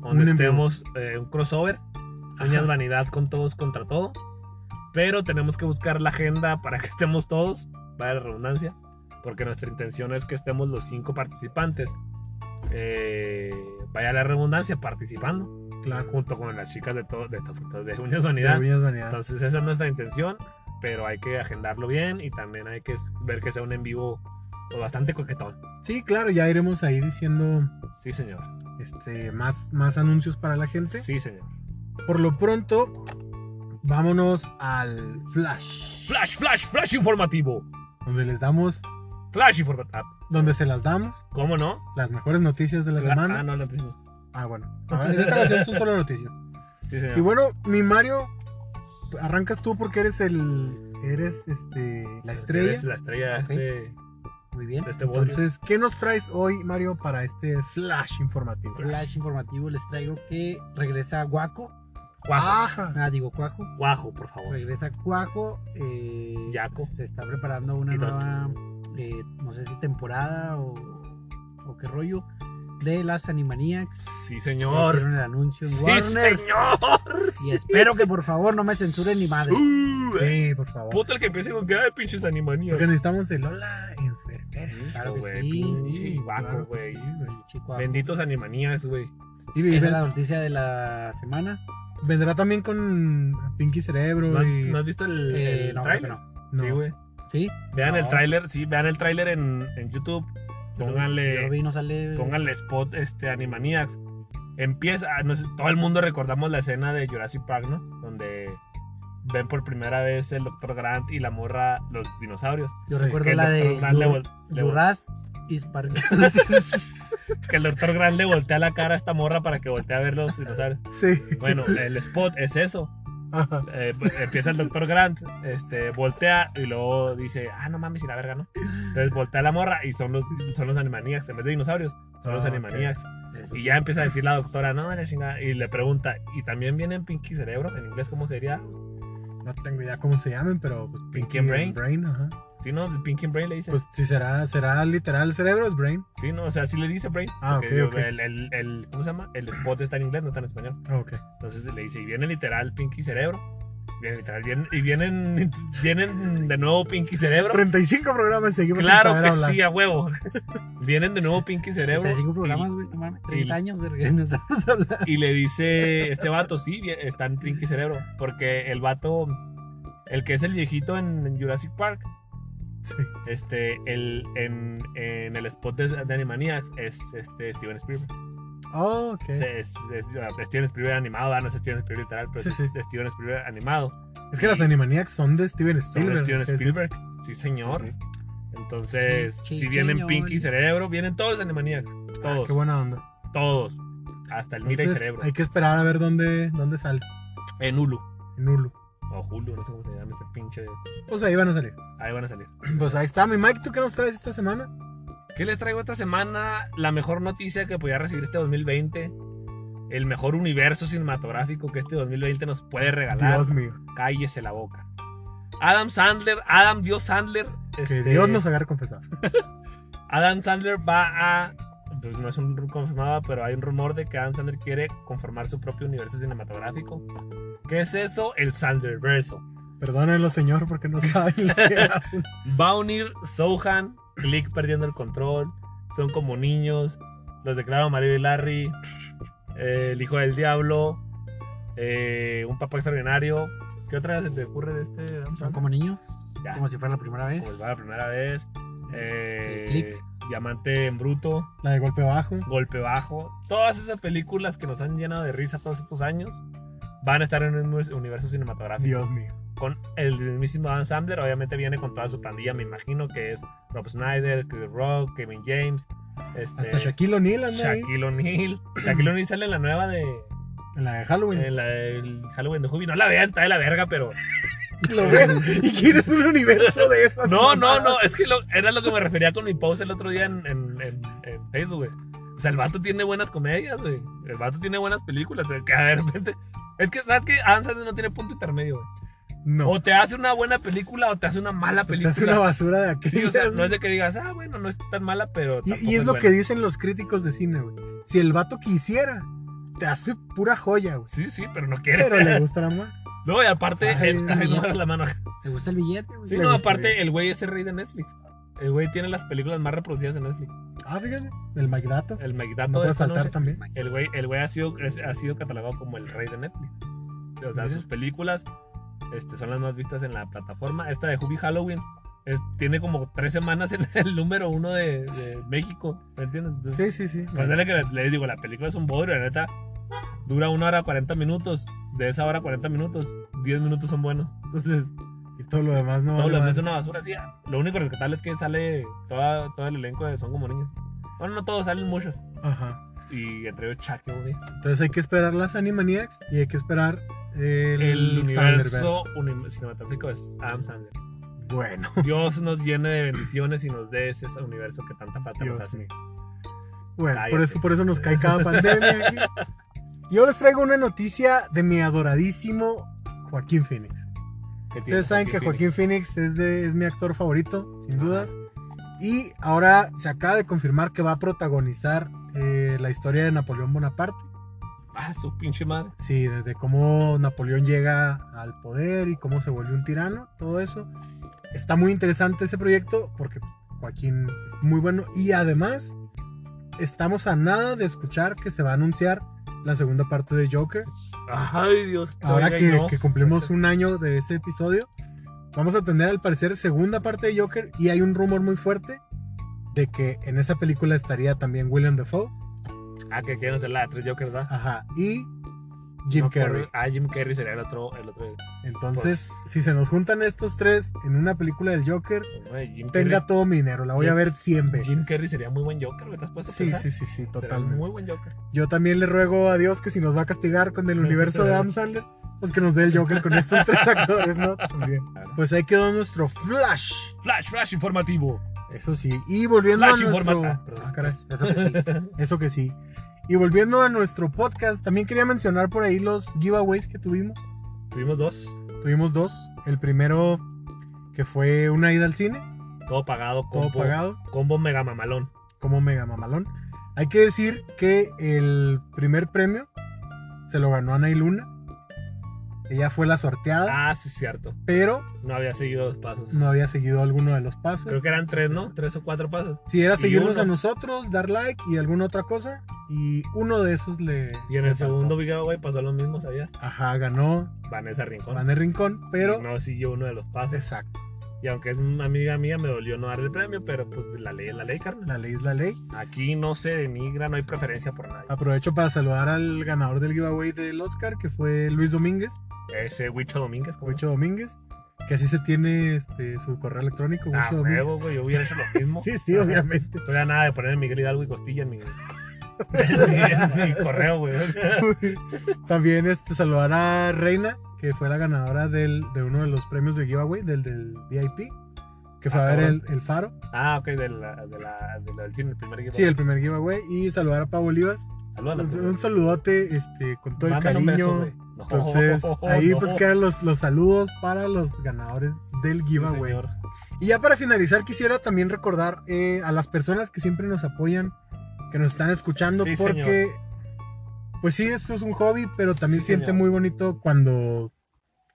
Donde Un en estemos eh, un crossover. Ajá. Uñas vanidad con todos contra todo. Pero tenemos que buscar la agenda para que estemos todos, para la redundancia, porque nuestra intención es que estemos los cinco participantes. eh, vaya la redundancia, participando. Claro. Junto con las chicas de, todo, de, Tos- de Uñas Vanidad. De Uñas Vanidad. Entonces esa es nuestra intención, pero hay que agendarlo bien y también hay que s- ver que sea un en vivo pues, bastante coquetón. Sí, claro, ya iremos ahí diciendo Sí, señor. este, más, más anuncios para la gente. Sí, señor. Por lo pronto, vámonos al Flash, Flash, flash, flash informativo. donde les damos, Flash informativo. donde se las damos, ¿Cómo no? las mejores noticias de la Cla- semana. Ah, no, no, no. Ah, bueno. Ahora, en esta ocasión son solo noticias. Sí, señor. Y bueno, mi Mario, arrancas tú porque eres el. Eres este. La estrella. Eres la estrella de Ok. este, Muy bien. de este bodrio. Entonces, ¿qué nos traes hoy, Mario, para este flash informativo? Flash informativo les traigo que regresa Guaco. Guajo, Ajá. Ah, digo Cuajo. guajo, por favor. Regresa Cuaco. eh, Yaco. Se está preparando una Y Doki. nueva, eh, no sé si temporada o, o qué rollo, de las Animaniacs. Sí, Ya señor. Hicieron el anuncio en Sí, Warner. señor. Y espero que por favor no me censuren ni madre. Uh, eh, Sí, por favor. Puta el que empiece con que de pinches animanías. Porque necesitamos el hola enfermera. Claro güey, que sí. pinche guaco, claro que güey. sí, pinche guaco. Benditos animanías, güey. Y Esa ven- es la noticia de la semana. vendrá también con Pinky Cerebro. ¿No, has- y- no has visto el, Eh, el no, creo que tráiler? no. no. Sí, güey. Sí. Vean No. el tráiler, sí, vean el tráiler en, en YouTube. Yo lo Pónganle, vi, no sale. pónganle spot este Animaniacs. Empieza, ah, no sé, todo el mundo recordamos la escena de Jurassic Park, ¿no? Donde ven por primera vez el Dr. Grant y la morra, los dinosaurios. Yo Sí, recuerdo Que el la Dr. de Grant le Jur- vol- le vol- Jurassic Park. que el Dr. Grant le voltea la cara a esta morra para que voltee a ver los dinosaurios. Sí. Bueno, el spot es eso. Ajá. Eh, empieza el doctor Grant, este, voltea y luego dice, ah, no mames, y la verga, ¿no? Entonces voltea la morra y son los, son los animaniacs, en vez de dinosaurios, son los Ah, animaniacs. Eso Y ya empieza a decir la doctora, no, la chingada, y le pregunta, ¿y también viene en Pinky Cerebro? ¿En inglés cómo sería? No tengo idea cómo se llamen, pero pues, Pinky and Brain. ajá. Sí, ¿no? De Pinky and Brain le dice. Pues si será, será literal cerebro es brain. sí, ¿no? O sea, sí le dice Brain. Ah, porque ok, ok. El, el- el- ¿Cómo se llama? El spot está en inglés, no está en español. Ah, Ok. Entonces le dice, y viene literal Pinky Cerebro. Viene literal, vienen- y vienen, vienen de nuevo Pinky Cerebro. 35 programas y seguimos sin Claro saber que hablar. sí, a huevo. Vienen de nuevo Pinky Cerebro. 35 programas, y- güey, no mames, y- 30 años, verga, no estamos hablando. Y, le dice este vato, sí, vi- está en Pinky Cerebro. Porque el vato, el que es el viejito en, en Jurassic Park, Sí. este, el, en, en el spot de, de Animaniacs es este, Steven Spielberg. Oh, ok. O sea, es, es- es Steven Spielberg animado, ah, no es Steven Spielberg literal, pero Sí, es sí. Steven Spielberg animado. Es que las Animaniacs son de Steven Son Spielberg. de Steven es- Spielberg. Sí, señor. Ok. Entonces, Sí, si vienen señor. Pinky Cerebro, vienen todos los Animaniacs. Ah, Todos. qué buena onda. Todos. Hasta el Mira y Entonces, Cerebro. Hay que esperar a ver dónde, dónde sale. En Hulu. En Hulu. O Hulu, no sé cómo se llama ese pinche. de este. Pues ahí van a salir. Ahí van a salir. Pues ahí está mi Mike. ¿Tú qué nos traes esta semana? ¿Qué les traigo esta semana? La mejor noticia que podía recibir este 2020. El mejor universo cinematográfico que este 2020 nos puede regalar. Dios mío. Cállese la boca. Adam Sandler, Adam Dios Sandler. Que este, Dios nos agarre confesar. Adam Sandler va a. Pues no es un ru- confirmado, pero hay un rumor de que Adam Sandler quiere conformar su propio universo cinematográfico. ¿Qué es eso? El Sandlerverso. Perdónenlo, señor, porque no saben lo que hacen. Va a unir Sohan, Click perdiendo el control, son como niños, los declaro Mario y Larry, eh, el hijo del diablo, eh, un papá extraordinario. ¿Qué otra se te ocurre de este? Adam Son Sandler? como niños, Ya. como si fuera la primera vez. Como el va la primera vez. eh, Click. Diamante en bruto. La de golpe bajo. Golpe Bajo, todas esas películas que nos han llenado de risa todos estos años van a estar en un universo cinematográfico Dios mío. con el mismísimo Adam Sandler, obviamente viene con toda su pandilla, me imagino que es Rob Snyder, Chris Rock, Kevin James, este, Hasta Shaquille O'Neal anda ahí. Shaquille O'Neal. Shaquille O'Neal sale en la nueva de En la de Halloween. en la del Halloween de Hubby, no la vean, está de la verga, pero Lo ves y quieres un universo de esas. No, no, mamadas. no, es que lo- era lo que me refería con mi post el otro día en, en- en- en Facebook, güey. O sea, el vato tiene buenas comedias, güey. El vato tiene buenas películas, güey, que de repente... Es que, ¿sabes qué? Adam Sandler no tiene punto intermedio, güey. No. O te hace una buena película o te hace una mala Te película. hace una basura de aquí. Sí, o sea, no es de que digas, ah, bueno, no es tan mala, pero Y- tampoco Y, es lo que buena". dicen los críticos de cine, güey. Si el vato quisiera, te hace pura joya, güey. Sí, sí, pero no quiere. Pero le gusta la mamá. No, y aparte, Ay, el- ay, no, la mano. ¿Te gusta el billete, güey? Sí, no, aparte, el güey es el rey de Netflix. El güey tiene las películas más reproducidas en Netflix. Ah, fíjate. El Magdato. El Magdato No de puede esta faltar noche. también. El güey, el güey ha, sido, es- ha sido catalogado como el rey de Netflix. O sea, Mira. sus películas este, son las más vistas en la plataforma. Esta de Hubby Halloween es- tiene como tres semanas en el número uno de, de México. ¿Me entiendes? Entonces, Sí, sí, sí. Pues dale que le, le digo, la película es un bodrio, la neta. Dura una hora 40 minutos. De esa hora 40 minutos, 10 minutos son buenos. Entonces, Y todo lo demás no. todo vale lo demás es madre. una basura. Sí, lo único rescatable es que sale toda, todo el elenco de Son como niños. Bueno, no todos, salen muchos. Ajá. Y entre ellos Chucky, güey. Entonces hay que esperar las Animaniacs y hay que esperar el, El universo Sandverse. uni- cinematográfico es Adam Sandler. Bueno, Dios nos llene de bendiciones y nos dé ese universo que tanta falta Dios nos hace. mío. Bueno, por Cállate. eso, por eso nos cae cada pandemia. aquí. Y ahora les traigo una noticia de mi adoradísimo Joaquín Phoenix. Que tiene Ustedes saben que Joaquín Phoenix es, de, es mi actor favorito, sin dudas. Y ahora se acaba de confirmar que va a protagonizar eh, la historia de Napoleón Bonaparte. Ah, su pinche madre. Sí, desde cómo Napoleón llega al poder y cómo se vuelve un tirano, todo eso. Está muy interesante ese proyecto porque Joaquín es muy bueno y además estamos a nada de escuchar que se va a anunciar la segunda parte de Joker. Ay, Dios. Ahora oiga, y que, no. que cumplimos un año de ese episodio, vamos a tener al parecer segunda parte de Joker y hay un rumor muy fuerte de que en esa película estaría también William Dafoe, Ah, que quieren hacer la de tres Jokers, ¿verdad? ajá, y Jim No, por- Carrey. Ah, Jim Carrey sería el otro. El otro Entonces, Pues- si se nos juntan estos tres en una película del Joker, Güey, Jim tenga todo mi dinero, la voy a Jim- ver 100 Carrey. Jim veces. Carrey sería muy buen Joker, ¿me te has puesto a Sí, pensar? sí, sí, sí, Sería totalmente. Muy buen Joker. Yo también le ruego a Dios que si nos va a castigar con el universo de Adam Sandler, pues que nos dé el Joker con estos tres actores, ¿no? También. Pues ahí quedó nuestro flash. Flash, flash informativo. Eso sí. Y volviendo Flash a nuestro... informa- ah, perdón. Ah, caray. Eso que sí. Eso que sí. Y volviendo a nuestro podcast, también quería mencionar por ahí los giveaways que tuvimos. Tuvimos dos. Tuvimos dos. El primero que fue una ida al cine, Todo pagado. todo Combo, pagado. Combo mega mamalón. como mega mamalón. Hay que decir que el primer premio se lo ganó Ana y Luna. Ella fue la sorteada, Ah, sí, es cierto. pero No había seguido los pasos. no había seguido alguno de los pasos. Creo que eran tres, ¿no? Tres o cuatro pasos. Si era y seguirnos uno. a nosotros, dar like y alguna otra cosa. Y uno de esos le. Y en le el faltó. segundo Big güey, pasó lo mismo, ¿sabías? Ajá, ganó Vanessa Rincón. Vané Rincón, pero. Y No siguió uno de los pasos. Exacto. Y aunque es una amiga mía, me dolió no darle el premio, pero pues la ley es la ley, carnal. La ley es la ley. Aquí no se denigra, no hay preferencia por nadie. Aprovecho para saludar al ganador del giveaway del Oscar, que fue Luis Domínguez. Ese Huicho Domínguez, como Huicho Domínguez. Que así se tiene este, su correo electrónico. Ah, Huicho Domínguez. huevo, güey, yo hubiera hecho lo mismo. Sí, sí, Ajá. obviamente. Estoy a nada de poner Miguel Hidalgo y Costilla en mi, en mi- en mi correo, güey. También este, saludar a Reina, que fue la ganadora del, de uno de los premios de giveaway, del del VIP, que fue Ah, a ver el, cabrón. el faro. Ah, ok, de la, de la, de la del cine, el primer equipo. Sí, el primer giveaway. Y saludar a Pau Olivas. Saludos Un, un saludote este, con todo el cariño. Entonces, ahí pues quedan los, los saludos para los ganadores del giveaway. Y ya para finalizar, quisiera también recordar eh, a las personas que siempre nos apoyan, que nos están escuchando, Sí, porque, pues sí, esto es un hobby, pero también Sí, siente señor. muy bonito cuando,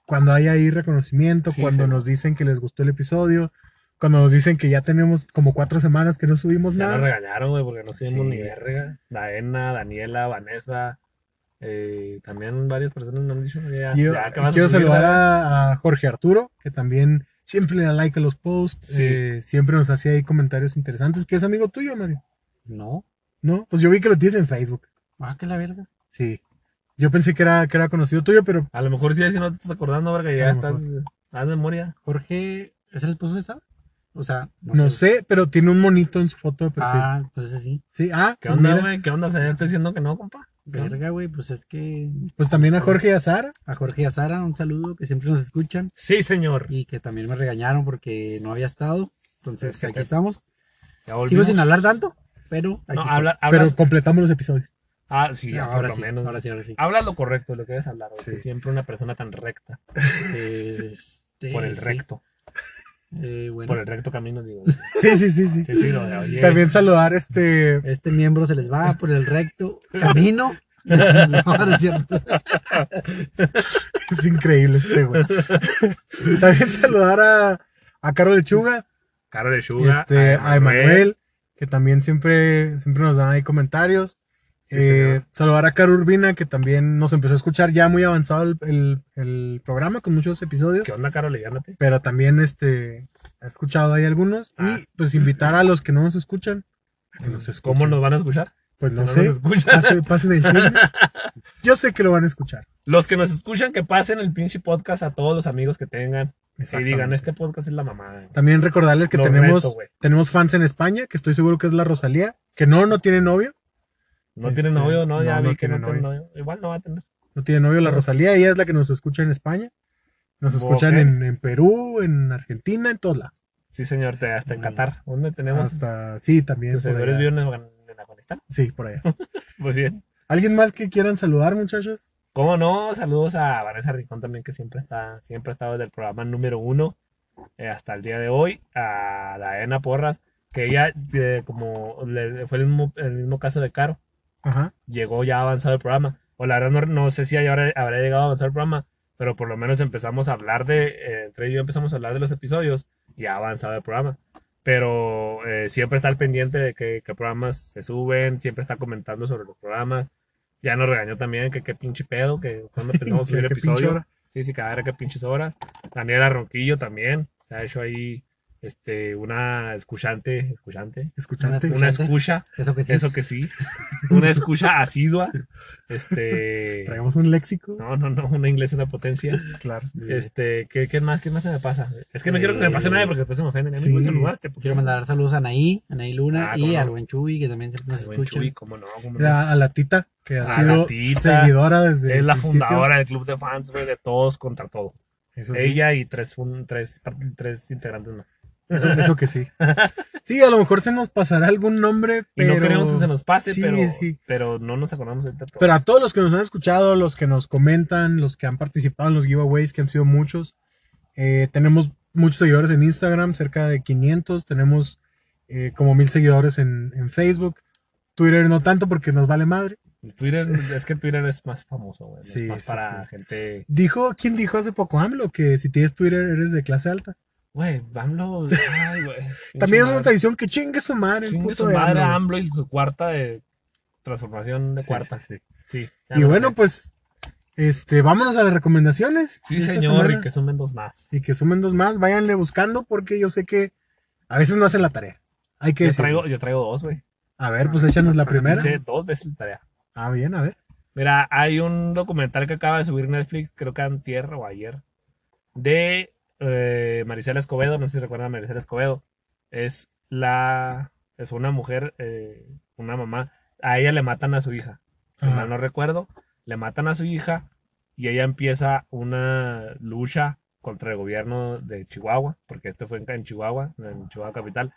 cuando hay ahí reconocimiento, Sí, cuando señor. nos dicen que les gustó el episodio, cuando nos dicen que ya tenemos como cuatro semanas que no subimos Ya nos nada. regañaron, güey, porque no subimos Sí. ni verga. Daena, Daniela, Vanessa. Eh, también varias personas me han dicho, oye, ya, Y yo- ya, ¿qué vas a quiero subir, saludar güey? a, a Jorge Arturo, que también siempre le da like a los posts, Sí. eh, siempre nos hace ahí comentarios interesantes, que es amigo tuyo, Mario. No. No, pues yo vi que lo tienes en Facebook. Ah, que la verga. Sí. Yo pensé que era, que era conocido tuyo, pero A lo mejor sí, si no te estás acordando, verga, ya A lo estás. eh, Haz memoria. Jorge, ¿es el esposo de Sara? O sea, no sé, pero tiene un monito en su foto de perfil. Ah, entonces sí. sí, ah, ¿Qué pues onda, mira, güey? ¿Qué onda? ¿Se está diciendo que no, compa? Verga, güey, pues es que Pues también a Jorge y a Sara. a Jorge y a Sara un saludo, que siempre nos escuchan Sí, señor. y que también me regañaron porque no había estado. Entonces Es que aquí te- estamos. Ya Sigo volvimos. sin hablar tanto, pero aquí No, estoy. habla, Pero hablas. completamos los episodios. ah, sí, ya, por ahora lo sí, menos. Ah. ahora sí, ahora sí. Habla lo correcto, lo que debes hablar. güey, Sí. que Siempre una persona tan recta. Este, Por el sí. recto. Eh, bueno, Por el recto camino, digo. Sí, sí, sí, sí. Sí, sí, lo oye. También saludar este este miembro se les va por el recto camino. No, no es cierto. Es increíble este, güey. También saludar a, a Caro Lechuga, Caro de Sugar. este, a Emanuel, que también siempre, siempre nos dan ahí comentarios. Eh, saludar a Caro Urbina, que también nos empezó a escuchar ya muy avanzado el, el- el programa con muchos episodios. ¿Qué onda, Caro? Leyándote. Pero también este, he escuchado ahí algunos. Ah. Y pues invitar a los que no nos escuchan. a Que nos Mm, escuchen. ¿Cómo nos van a escuchar? Pues Si no, no sé. nos escuchan. Pase- pasen el chisme. Yo sé que lo van a escuchar. Los que nos escuchan, que pasen el pinche podcast a todos los amigos que tengan. Y Exactamente. digan, este podcast es la mamada. También recordarles que Lo tenemos, reto, güey. tenemos fans en España, que estoy seguro que es la Rosalía, que no, no tiene novio. No tiene Este, novio, no, ya no vi que tiene no tiene novio. Igual no va a tener. No tiene novio la Rosalía, ella es la que nos escucha en España. Nos Ok. escuchan en, en Perú, en Argentina, en todos lados. Sí, señor, te- hasta en Qatar. ¿Dónde tenemos? Hasta, sí, también. Tus por seguidores allá. viven en, Afgan- en Afganistán. Sí, por allá. Muy bien. ¿Alguien más que quieran saludar, muchachos? ¿Cómo no? Saludos a Vanessa Rincón también, que siempre está, siempre ha estado desde el programa número uno eh, hasta el día de hoy. A Daena Porras, que ella, eh, como le- fue el mismo, el mismo caso de Caro, Ajá. llegó ya avanzado el programa. O la verdad, no, no sé si ya habrá, habrá llegado avanzado el programa, pero por lo menos empezamos a hablar de, eh, entre ella y yo empezamos a hablar de los episodios y ha avanzado el programa. Pero eh, siempre está al pendiente de que, que programas se suben, siempre está comentando sobre los programas. Ya nos regañó también que qué pinche pedo, que cuando pensamos Que- subir que pinche episodio. hora. Sí, sí, cada hora que pinches horas. Daniela Ronquillo también. Se ha hecho ahí este, una escuchante, escuchante, Escuchante. una escucha. Eso que sí. Eso que sí. Una escucha asidua. Este. Traemos un léxico. No, no, no, una inglesa de potencia. Claro. Este, ¿qué, qué más, ¿qué más se me pasa? Es que no quiero que se me pase Eh, nadie porque después se me ofenden. A mí sí. me saludaste. pues. porque- Quiero mandar saludos a Anaí, Anaí Ah, Luna cómo y no. al buen Chuy, que también siempre nos Al buen escucha. Ah, Chuy, cómo no, cómo no. La- a la tita, que ha A la sido Tita. seguidora desde Es el la principio. fundadora del club de fans, güey, de todos contra todo. Eso sí. Ella y tres, fun- tres, tres integrantes más. Eso, eso que sí. Sí, a lo mejor se nos pasará algún nombre, Y pero... no queremos que se nos pase, Sí, pero, sí. pero no nos acordamos ahorita de todo. Pero a todos los que nos han escuchado, los que nos comentan, los que han participado en los giveaways, que han sido muchos, eh, tenemos muchos seguidores en Instagram, cerca de 500, tenemos eh, como mil seguidores en, en Facebook, Twitter no tanto porque nos vale madre. El Twitter, es que Twitter es más famoso, güey. Sí, es más sí, para sí. gente. Dijo, ¿quién dijo hace poco AMLO que si tienes Twitter eres de clase alta? Güey, AMLO. Ay, güey. También es Madre. una tradición que chingue su madre, el Chingue puto su de madre AMLO. a AMLO y su cuarta de transformación de Sí, cuarta. sí, sí. Sí. ya Y me bueno, acordé. pues, este, vámonos a las recomendaciones. Sí, de esta señor, semana. y que sumen dos más. y que sumen dos más, váyanle buscando porque yo sé que a veces no hacen la tarea. Hay que Yo decirlo. traigo, yo traigo dos, güey. A ver, pues échanos la primera. Hice dos veces la tarea. Ah, bien, a ver. Mira, hay un documental que acaba de subir Netflix, creo que antier o ayer, de eh, Marisela Escobedo, no sé si recuerdan a Marisela Escobedo. Es la, es una mujer, eh, una mamá. A ella le matan a su hija, si Ajá. mal no recuerdo. Le matan a su hija y ella empieza una lucha contra el gobierno de Chihuahua, porque esto fue en- en Chihuahua, en Chihuahua capital.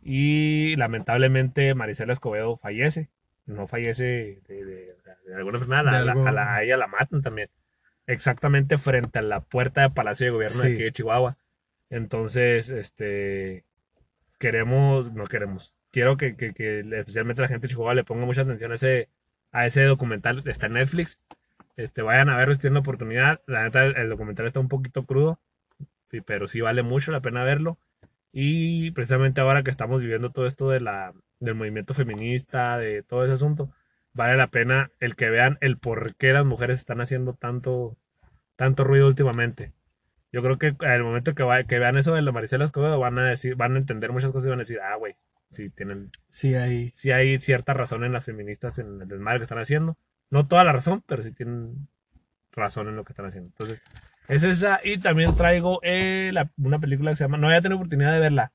Y lamentablemente Marisela Escobedo fallece. No fallece de, de- de alguna enfermedad, De a la- algo. a la- a ella la matan también. Exactamente frente a la puerta del Palacio de Gobierno de Sí. aquí de Chihuahua. Entonces, este, queremos, no queremos. Quiero que, que- que especialmente la gente de Chihuahua le ponga mucha atención a ese, a ese documental. Está en Netflix. Este, vayan a verlo si tienen la oportunidad. La neta, el, el documental está un poquito crudo, y- pero sí vale mucho la pena verlo. Y precisamente ahora que estamos viviendo todo esto de la, del movimiento feminista, de todo ese asunto, vale la pena el que vean el por qué las mujeres están haciendo tanto, tanto ruido últimamente. Yo creo que al momento que, va- que vean eso de la Marisela Escobedo van a decir, van a entender muchas cosas y van a decir, ah, güey, sí tienen, Sí, ahí. sí hay cierta razón en las feministas en el desmadre que están haciendo. No toda la razón, pero sí tienen razón en lo que están haciendo. Entonces, es esa. Y también traigo eh, la- una película que se llama. No había tenido oportunidad de verla.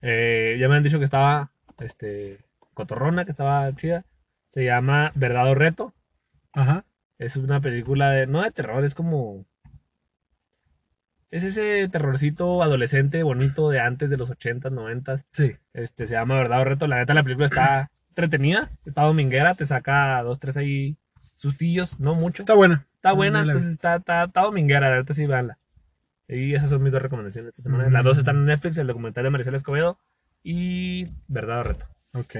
Eh, ya me han dicho que estaba este, cotorrona, que estaba chida. Se llama Verdad o Reto. Ajá. Es una película de. No de terror, es como. Es ese terrorcito adolescente bonito de antes de los 80s, 90s. Sí. Este, se llama Verdad o Reto. La neta, la película está entretenida, está dominguera, te saca dos, tres ahí sustillos, no mucho. Está, Está buena. buena, Ya la vi. entonces está, está, está dominguera, la neta sí, véanla. Y esas son mis dos recomendaciones de esta semana. Mm. Las dos están en Netflix, el documental de Maricela Escobedo y Verdad o Reto. Ok.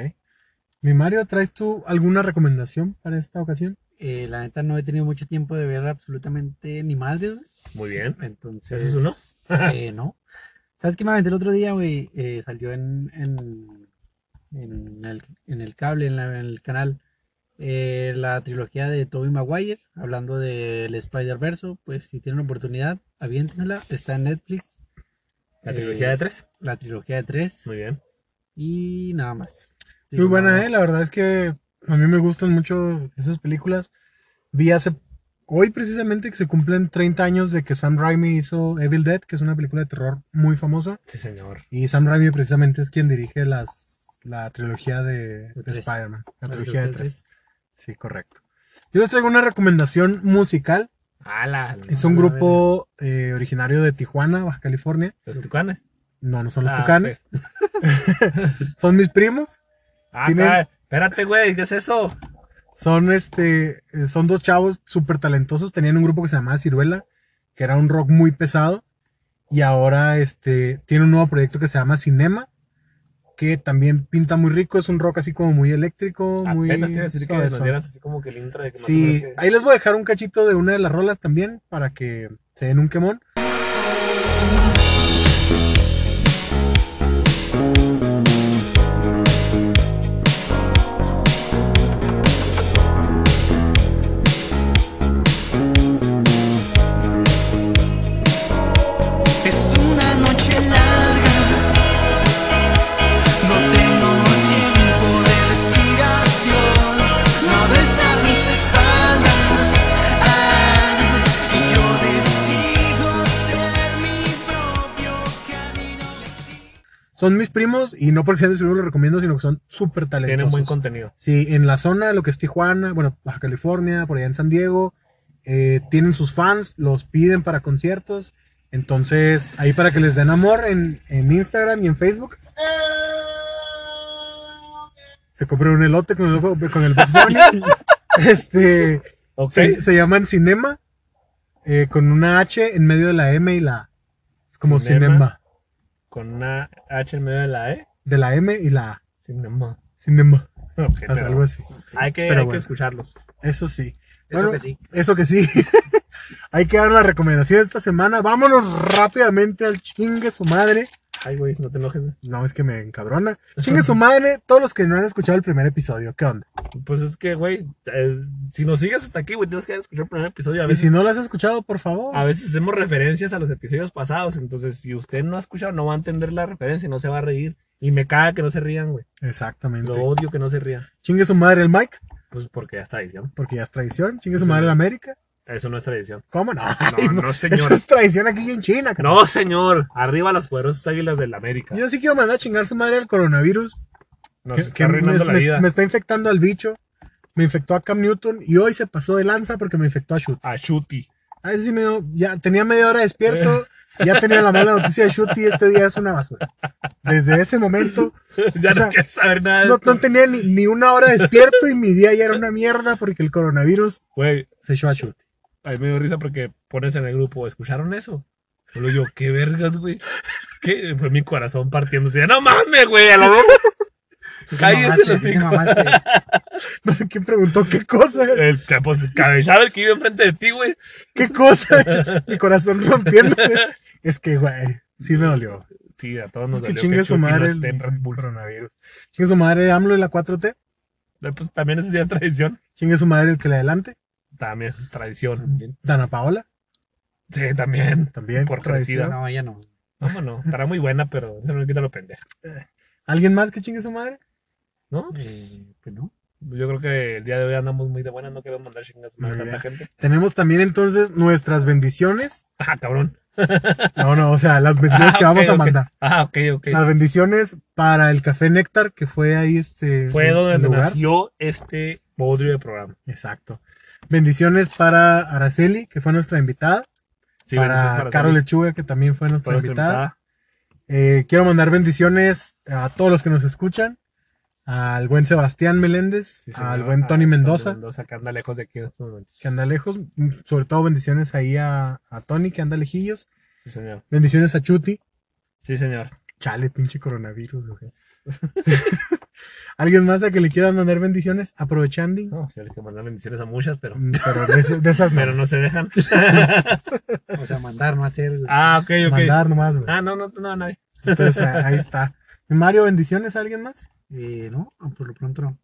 Mi Mario, ¿traes tú alguna recomendación para esta ocasión? Eh, la neta no he tenido mucho tiempo de ver absolutamente ni madre, güey. Muy bien. Entonces. ¿Ese es uno? eh, no. ¿Sabes qué me aventé el otro día, güey? Eh, salió en, en, en el, en el cable, en, la- en el canal, eh, la trilogía de Tobey Maguire, hablando del Spider-Verse. Pues si tienen oportunidad, aviéntensela. Está en Netflix. ¿La Eh, trilogía de tres? La trilogía de tres. Muy bien. Y nada más. Muy Digo, nada buena, ¿eh? más. La verdad es que a mí me gustan mucho esas películas. Vi hace. Hoy precisamente que se cumplen 30 años de que Sam Raimi hizo Evil Dead, que es una película de terror muy famosa. Sí, señor. Y Sam Raimi precisamente es quien dirige las, la trilogía de, de tres. Spider-Man. La La trilogía de trilogía de tres. Sí, correcto. Yo les traigo una recomendación musical. ¡Hala! Es un Ah, A la grupo eh, originario de Tijuana, Baja California. ¿Los tucanes? No, no son los Ah, tucanes. son mis primos. Ah, Tienen- caray, espérate, güey, ¿qué es eso? Son este, eh, son dos chavos súper talentosos. Tenían un grupo que se llamaba Ciruela, que era un rock muy pesado. Y ahora este, tiene un nuevo proyecto que se llama Cinema, que también pinta muy rico. Es un rock así como muy eléctrico, muy. Apenas te iba a decir que nos suavezón. dieras así como que el intro de que más o Sí, menos que- ahí les voy a dejar un cachito de una de las rolas también para que se den un quemón. Es una noche larga, no tengo tiempo de decir adiós, no besa mis espaldas, ah, y yo decido ser mi propio camino. Son mis primos y no porque sean mis primos los recomiendo, sino que son súper talentosos. Tienen buen contenido. Sí, en la zona, lo que es Tijuana, bueno, Baja California, por allá en San Diego, eh, tienen sus fans, los piden para conciertos. Entonces, ahí para que les den amor en, en Instagram y en Facebook. Se compró un elote con el, con el Bugs Bunny. este, Ok. se, se llaman Cinema, eh, con una H en medio de la M y la A. Es como Cinema. Cinema. Con una H en medio de la E. De la M y la A. Cinema. Cinema. Ojete, algo ¿no? así. Hay que, Pero hay que bueno. escucharlos. Eso sí. Eso que sí. Eso que sí. Hay que dar la recomendación de esta semana. Vámonos rápidamente al chingue su madre. Ay, güey, no te enojes. güey. No, es que me encabrona. Chingue su madre, todos los que no han escuchado el primer episodio. ¿Qué onda? Pues es que, güey, eh, si nos sigues hasta aquí, güey, tienes que escuchar el primer episodio. A Y veces, si no lo has escuchado, por favor. a veces hacemos referencias a los episodios pasados. Entonces, si usted no ha escuchado, no va a entender la referencia y no se va a reír. Y me caga que no se rían, güey. Exactamente. Lo odio que no se rían. Chingue su madre el Mike, Pues porque ya está tradición. porque ya es traición. Chingue su madre el América. Eso no es tradición. ¿Cómo no? No, no, Eso señor. es traición aquí en China. carnal. No, señor. Arriba las poderosas águilas del América. Yo sí quiero mandar a chingar su madre al coronavirus. Nos que- está que me, arruinando la me- vida. me está infectando al bicho. Me infectó a Cam Newton y hoy se pasó de lanza porque me infectó a Shoot. A Shuti. A Ah, ese sí me dio- ya tenía media hora despierto, ya tenía la mala noticia de Shuti, este día es una basura. Desde ese momento, ya O sea, no quiero saber nada de no, esto. no tenía ni, ni una hora despierto y mi día ya era una mierda porque el coronavirus Güey, se echó a Shuti. a mí me dio risa porque pones en el grupo, ¿escucharon eso? Solo yo, qué vergas, güey. ¿Qué? Fue mi corazón partiéndose. No mames, güey, a la verga. Cállese los Sí, que mamaste. No sé quién preguntó qué cosa, El que, pues, cabezal, el que vive enfrente de ti, güey. qué cosa, mi corazón rompiéndose. Es que, güey, sí me dolió. Sí, a todos Es nos que dolió chingue su Chucky no madre esté en Red el Bull. coronavirus. Chingue su madre AMLO y la 4T. Eh, Pues también eso ya es tradición. Chingue su madre el que le adelante. También, tradición. Dana Paola, Sí, también. también. Por tradición. crecida. No, ya no. Vámonos. Estará muy buena, pero eso no le quita lo pendejo, ¿Alguien más que chingue su madre? ¿no? Eh, pues no. Yo creo que el día de hoy andamos muy de buena, no queremos mandar chingas más a Muy tanta gente. Tenemos también entonces nuestras bendiciones. Ah, cabrón. No, no, o sea, las bendiciones Ah, que ok, vamos a ok. mandar. Ah, ok, ok. Las bendiciones para el Café Néctar, que fue ahí este. Fue el- el donde lugar. nació este bodrio de programa. Exacto. Bendiciones para Araceli, que fue nuestra invitada. Sí, bendiciones para Caro Sally, Lechuga, que también fue nuestra para nuestra invitada. invitada. Eh, quiero mandar bendiciones a todos los que nos escuchan. Al buen Sebastián Meléndez, Sí, al señor. buen A Tony Mendoza, Mendoza, que anda lejos de aquí en este estos momentos. que anda lejos. Sobre todo bendiciones ahí a, a Tony, que anda lejillos. Sí, señor. Bendiciones a Chuti, Sí, señor. Chale, pinche coronavirus, güey. ¿Alguien más a que le quieran mandar bendiciones? Aprovechando. No, sí, hay que mandar bendiciones a muchas, pero. Pero de, esas- de esas Pero no se dejan. O sea, mandar, no hacer. güey. ah, ok, ok. Mandar nomás, güey. Ah, no, no, no, nadie. Entonces, a- ahí está. Mario, bendiciones a alguien más. Eh, no, por lo pronto no.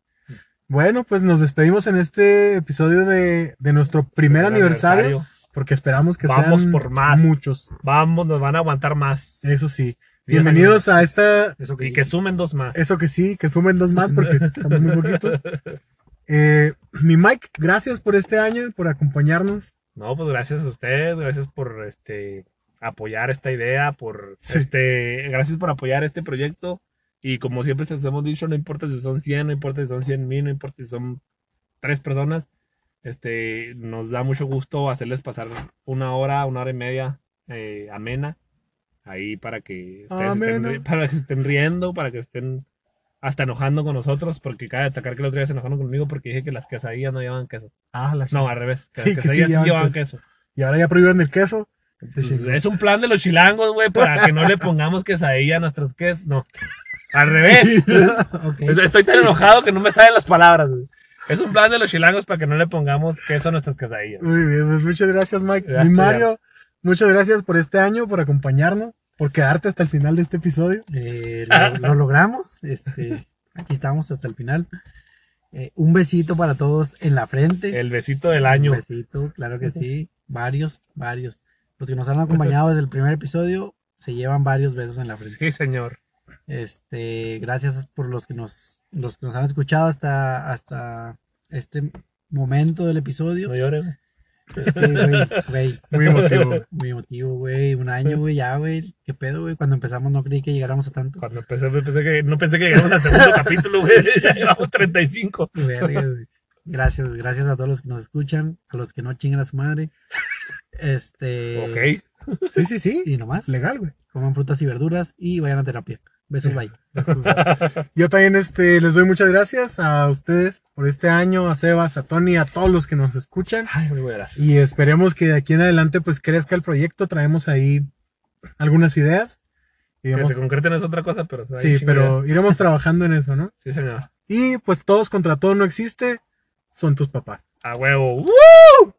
Bueno, pues nos despedimos en este episodio de, de nuestro primer aniversario, porque esperamos que Vamos sean por más. muchos. Vamos, nos van a aguantar más. Eso sí. Diez Eh, Bienvenidos a esta. Eso que Y que sumen dos más. Eso que sí, que sumen dos más porque somos muy poquitos. Eh, mi Mike, gracias por este año, por acompañarnos. No, pues gracias a usted, gracias por este apoyar esta idea, por Sí. este, gracias por apoyar este proyecto. Y como siempre se los hemos dicho, no importa si son 100, no importa si son 100 mil, no importa si son tres personas, este, nos da mucho gusto hacerles pasar una hora, una hora y media eh, amena ahí para que ustedes estén, Amena. ri- para que estén riendo, para que estén hasta enojando con nosotros, porque cabe destacar que el otro día se enojaron conmigo porque dije que las quesadillas no llevaban queso. Ah, la No, al revés, que Sí, las que sí quesadillas sí llevan llevaban queso. queso. Y ahora ya prohibieron el queso. Se Pues, chingó. es un plan de los chilangos, güey, para que no le pongamos quesadilla a nuestros quesos. No. Al revés. Ok. Estoy tan enojado que no me salen las palabras, güey. Es un plan de los chilangos para que no le pongamos queso a nuestras quesadillas. Muy bien, pues muchas gracias, Mike. Gracias, Mi Mario, muchas gracias por este año, por acompañarnos, por quedarte hasta el final de este episodio. Eh, lo, lo logramos. Este, aquí estamos hasta el final. Eh, un besito para todos en la frente. El besito del año. Un besito, claro que sí. Varios, varios. Los que nos han acompañado desde el primer episodio se llevan varios besos en la frente. Sí, señor. Este, gracias por los que nos, los que nos han escuchado hasta, hasta este momento del episodio. No llores. güey. Este, güey, güey. Muy emotivo. Muy emotivo, güey. Un año, güey, ya, güey. ¿Qué pedo, güey? Cuando empezamos no creí que llegáramos a tanto. Cuando empecé, pensé que, no pensé que llegáramos al segundo capítulo, güey. Ya llevamos 35. Verga, güey. Gracias, güey. gracias a todos los que nos escuchan, a los que no chingan a su madre. Este. Ok. Sí, sí, sí. Y nomás. Legal, güey. Coman frutas y verduras y vayan a terapia. Besos, bye. Yo también este, les doy muchas gracias a ustedes por este año, a Sebas, a Tony, a todos los que nos escuchan. Ay, muy buenas. Y esperemos que de aquí en adelante pues crezca el proyecto. Traemos ahí algunas ideas. Y Que vamos- se concreten es otra cosa, pero... o sea, hay sí, chingo de- pero iremos trabajando en eso, ¿no? Sí, señor. Y pues todos contra todos no existe, son tus papás. A huevo. ¡Uh!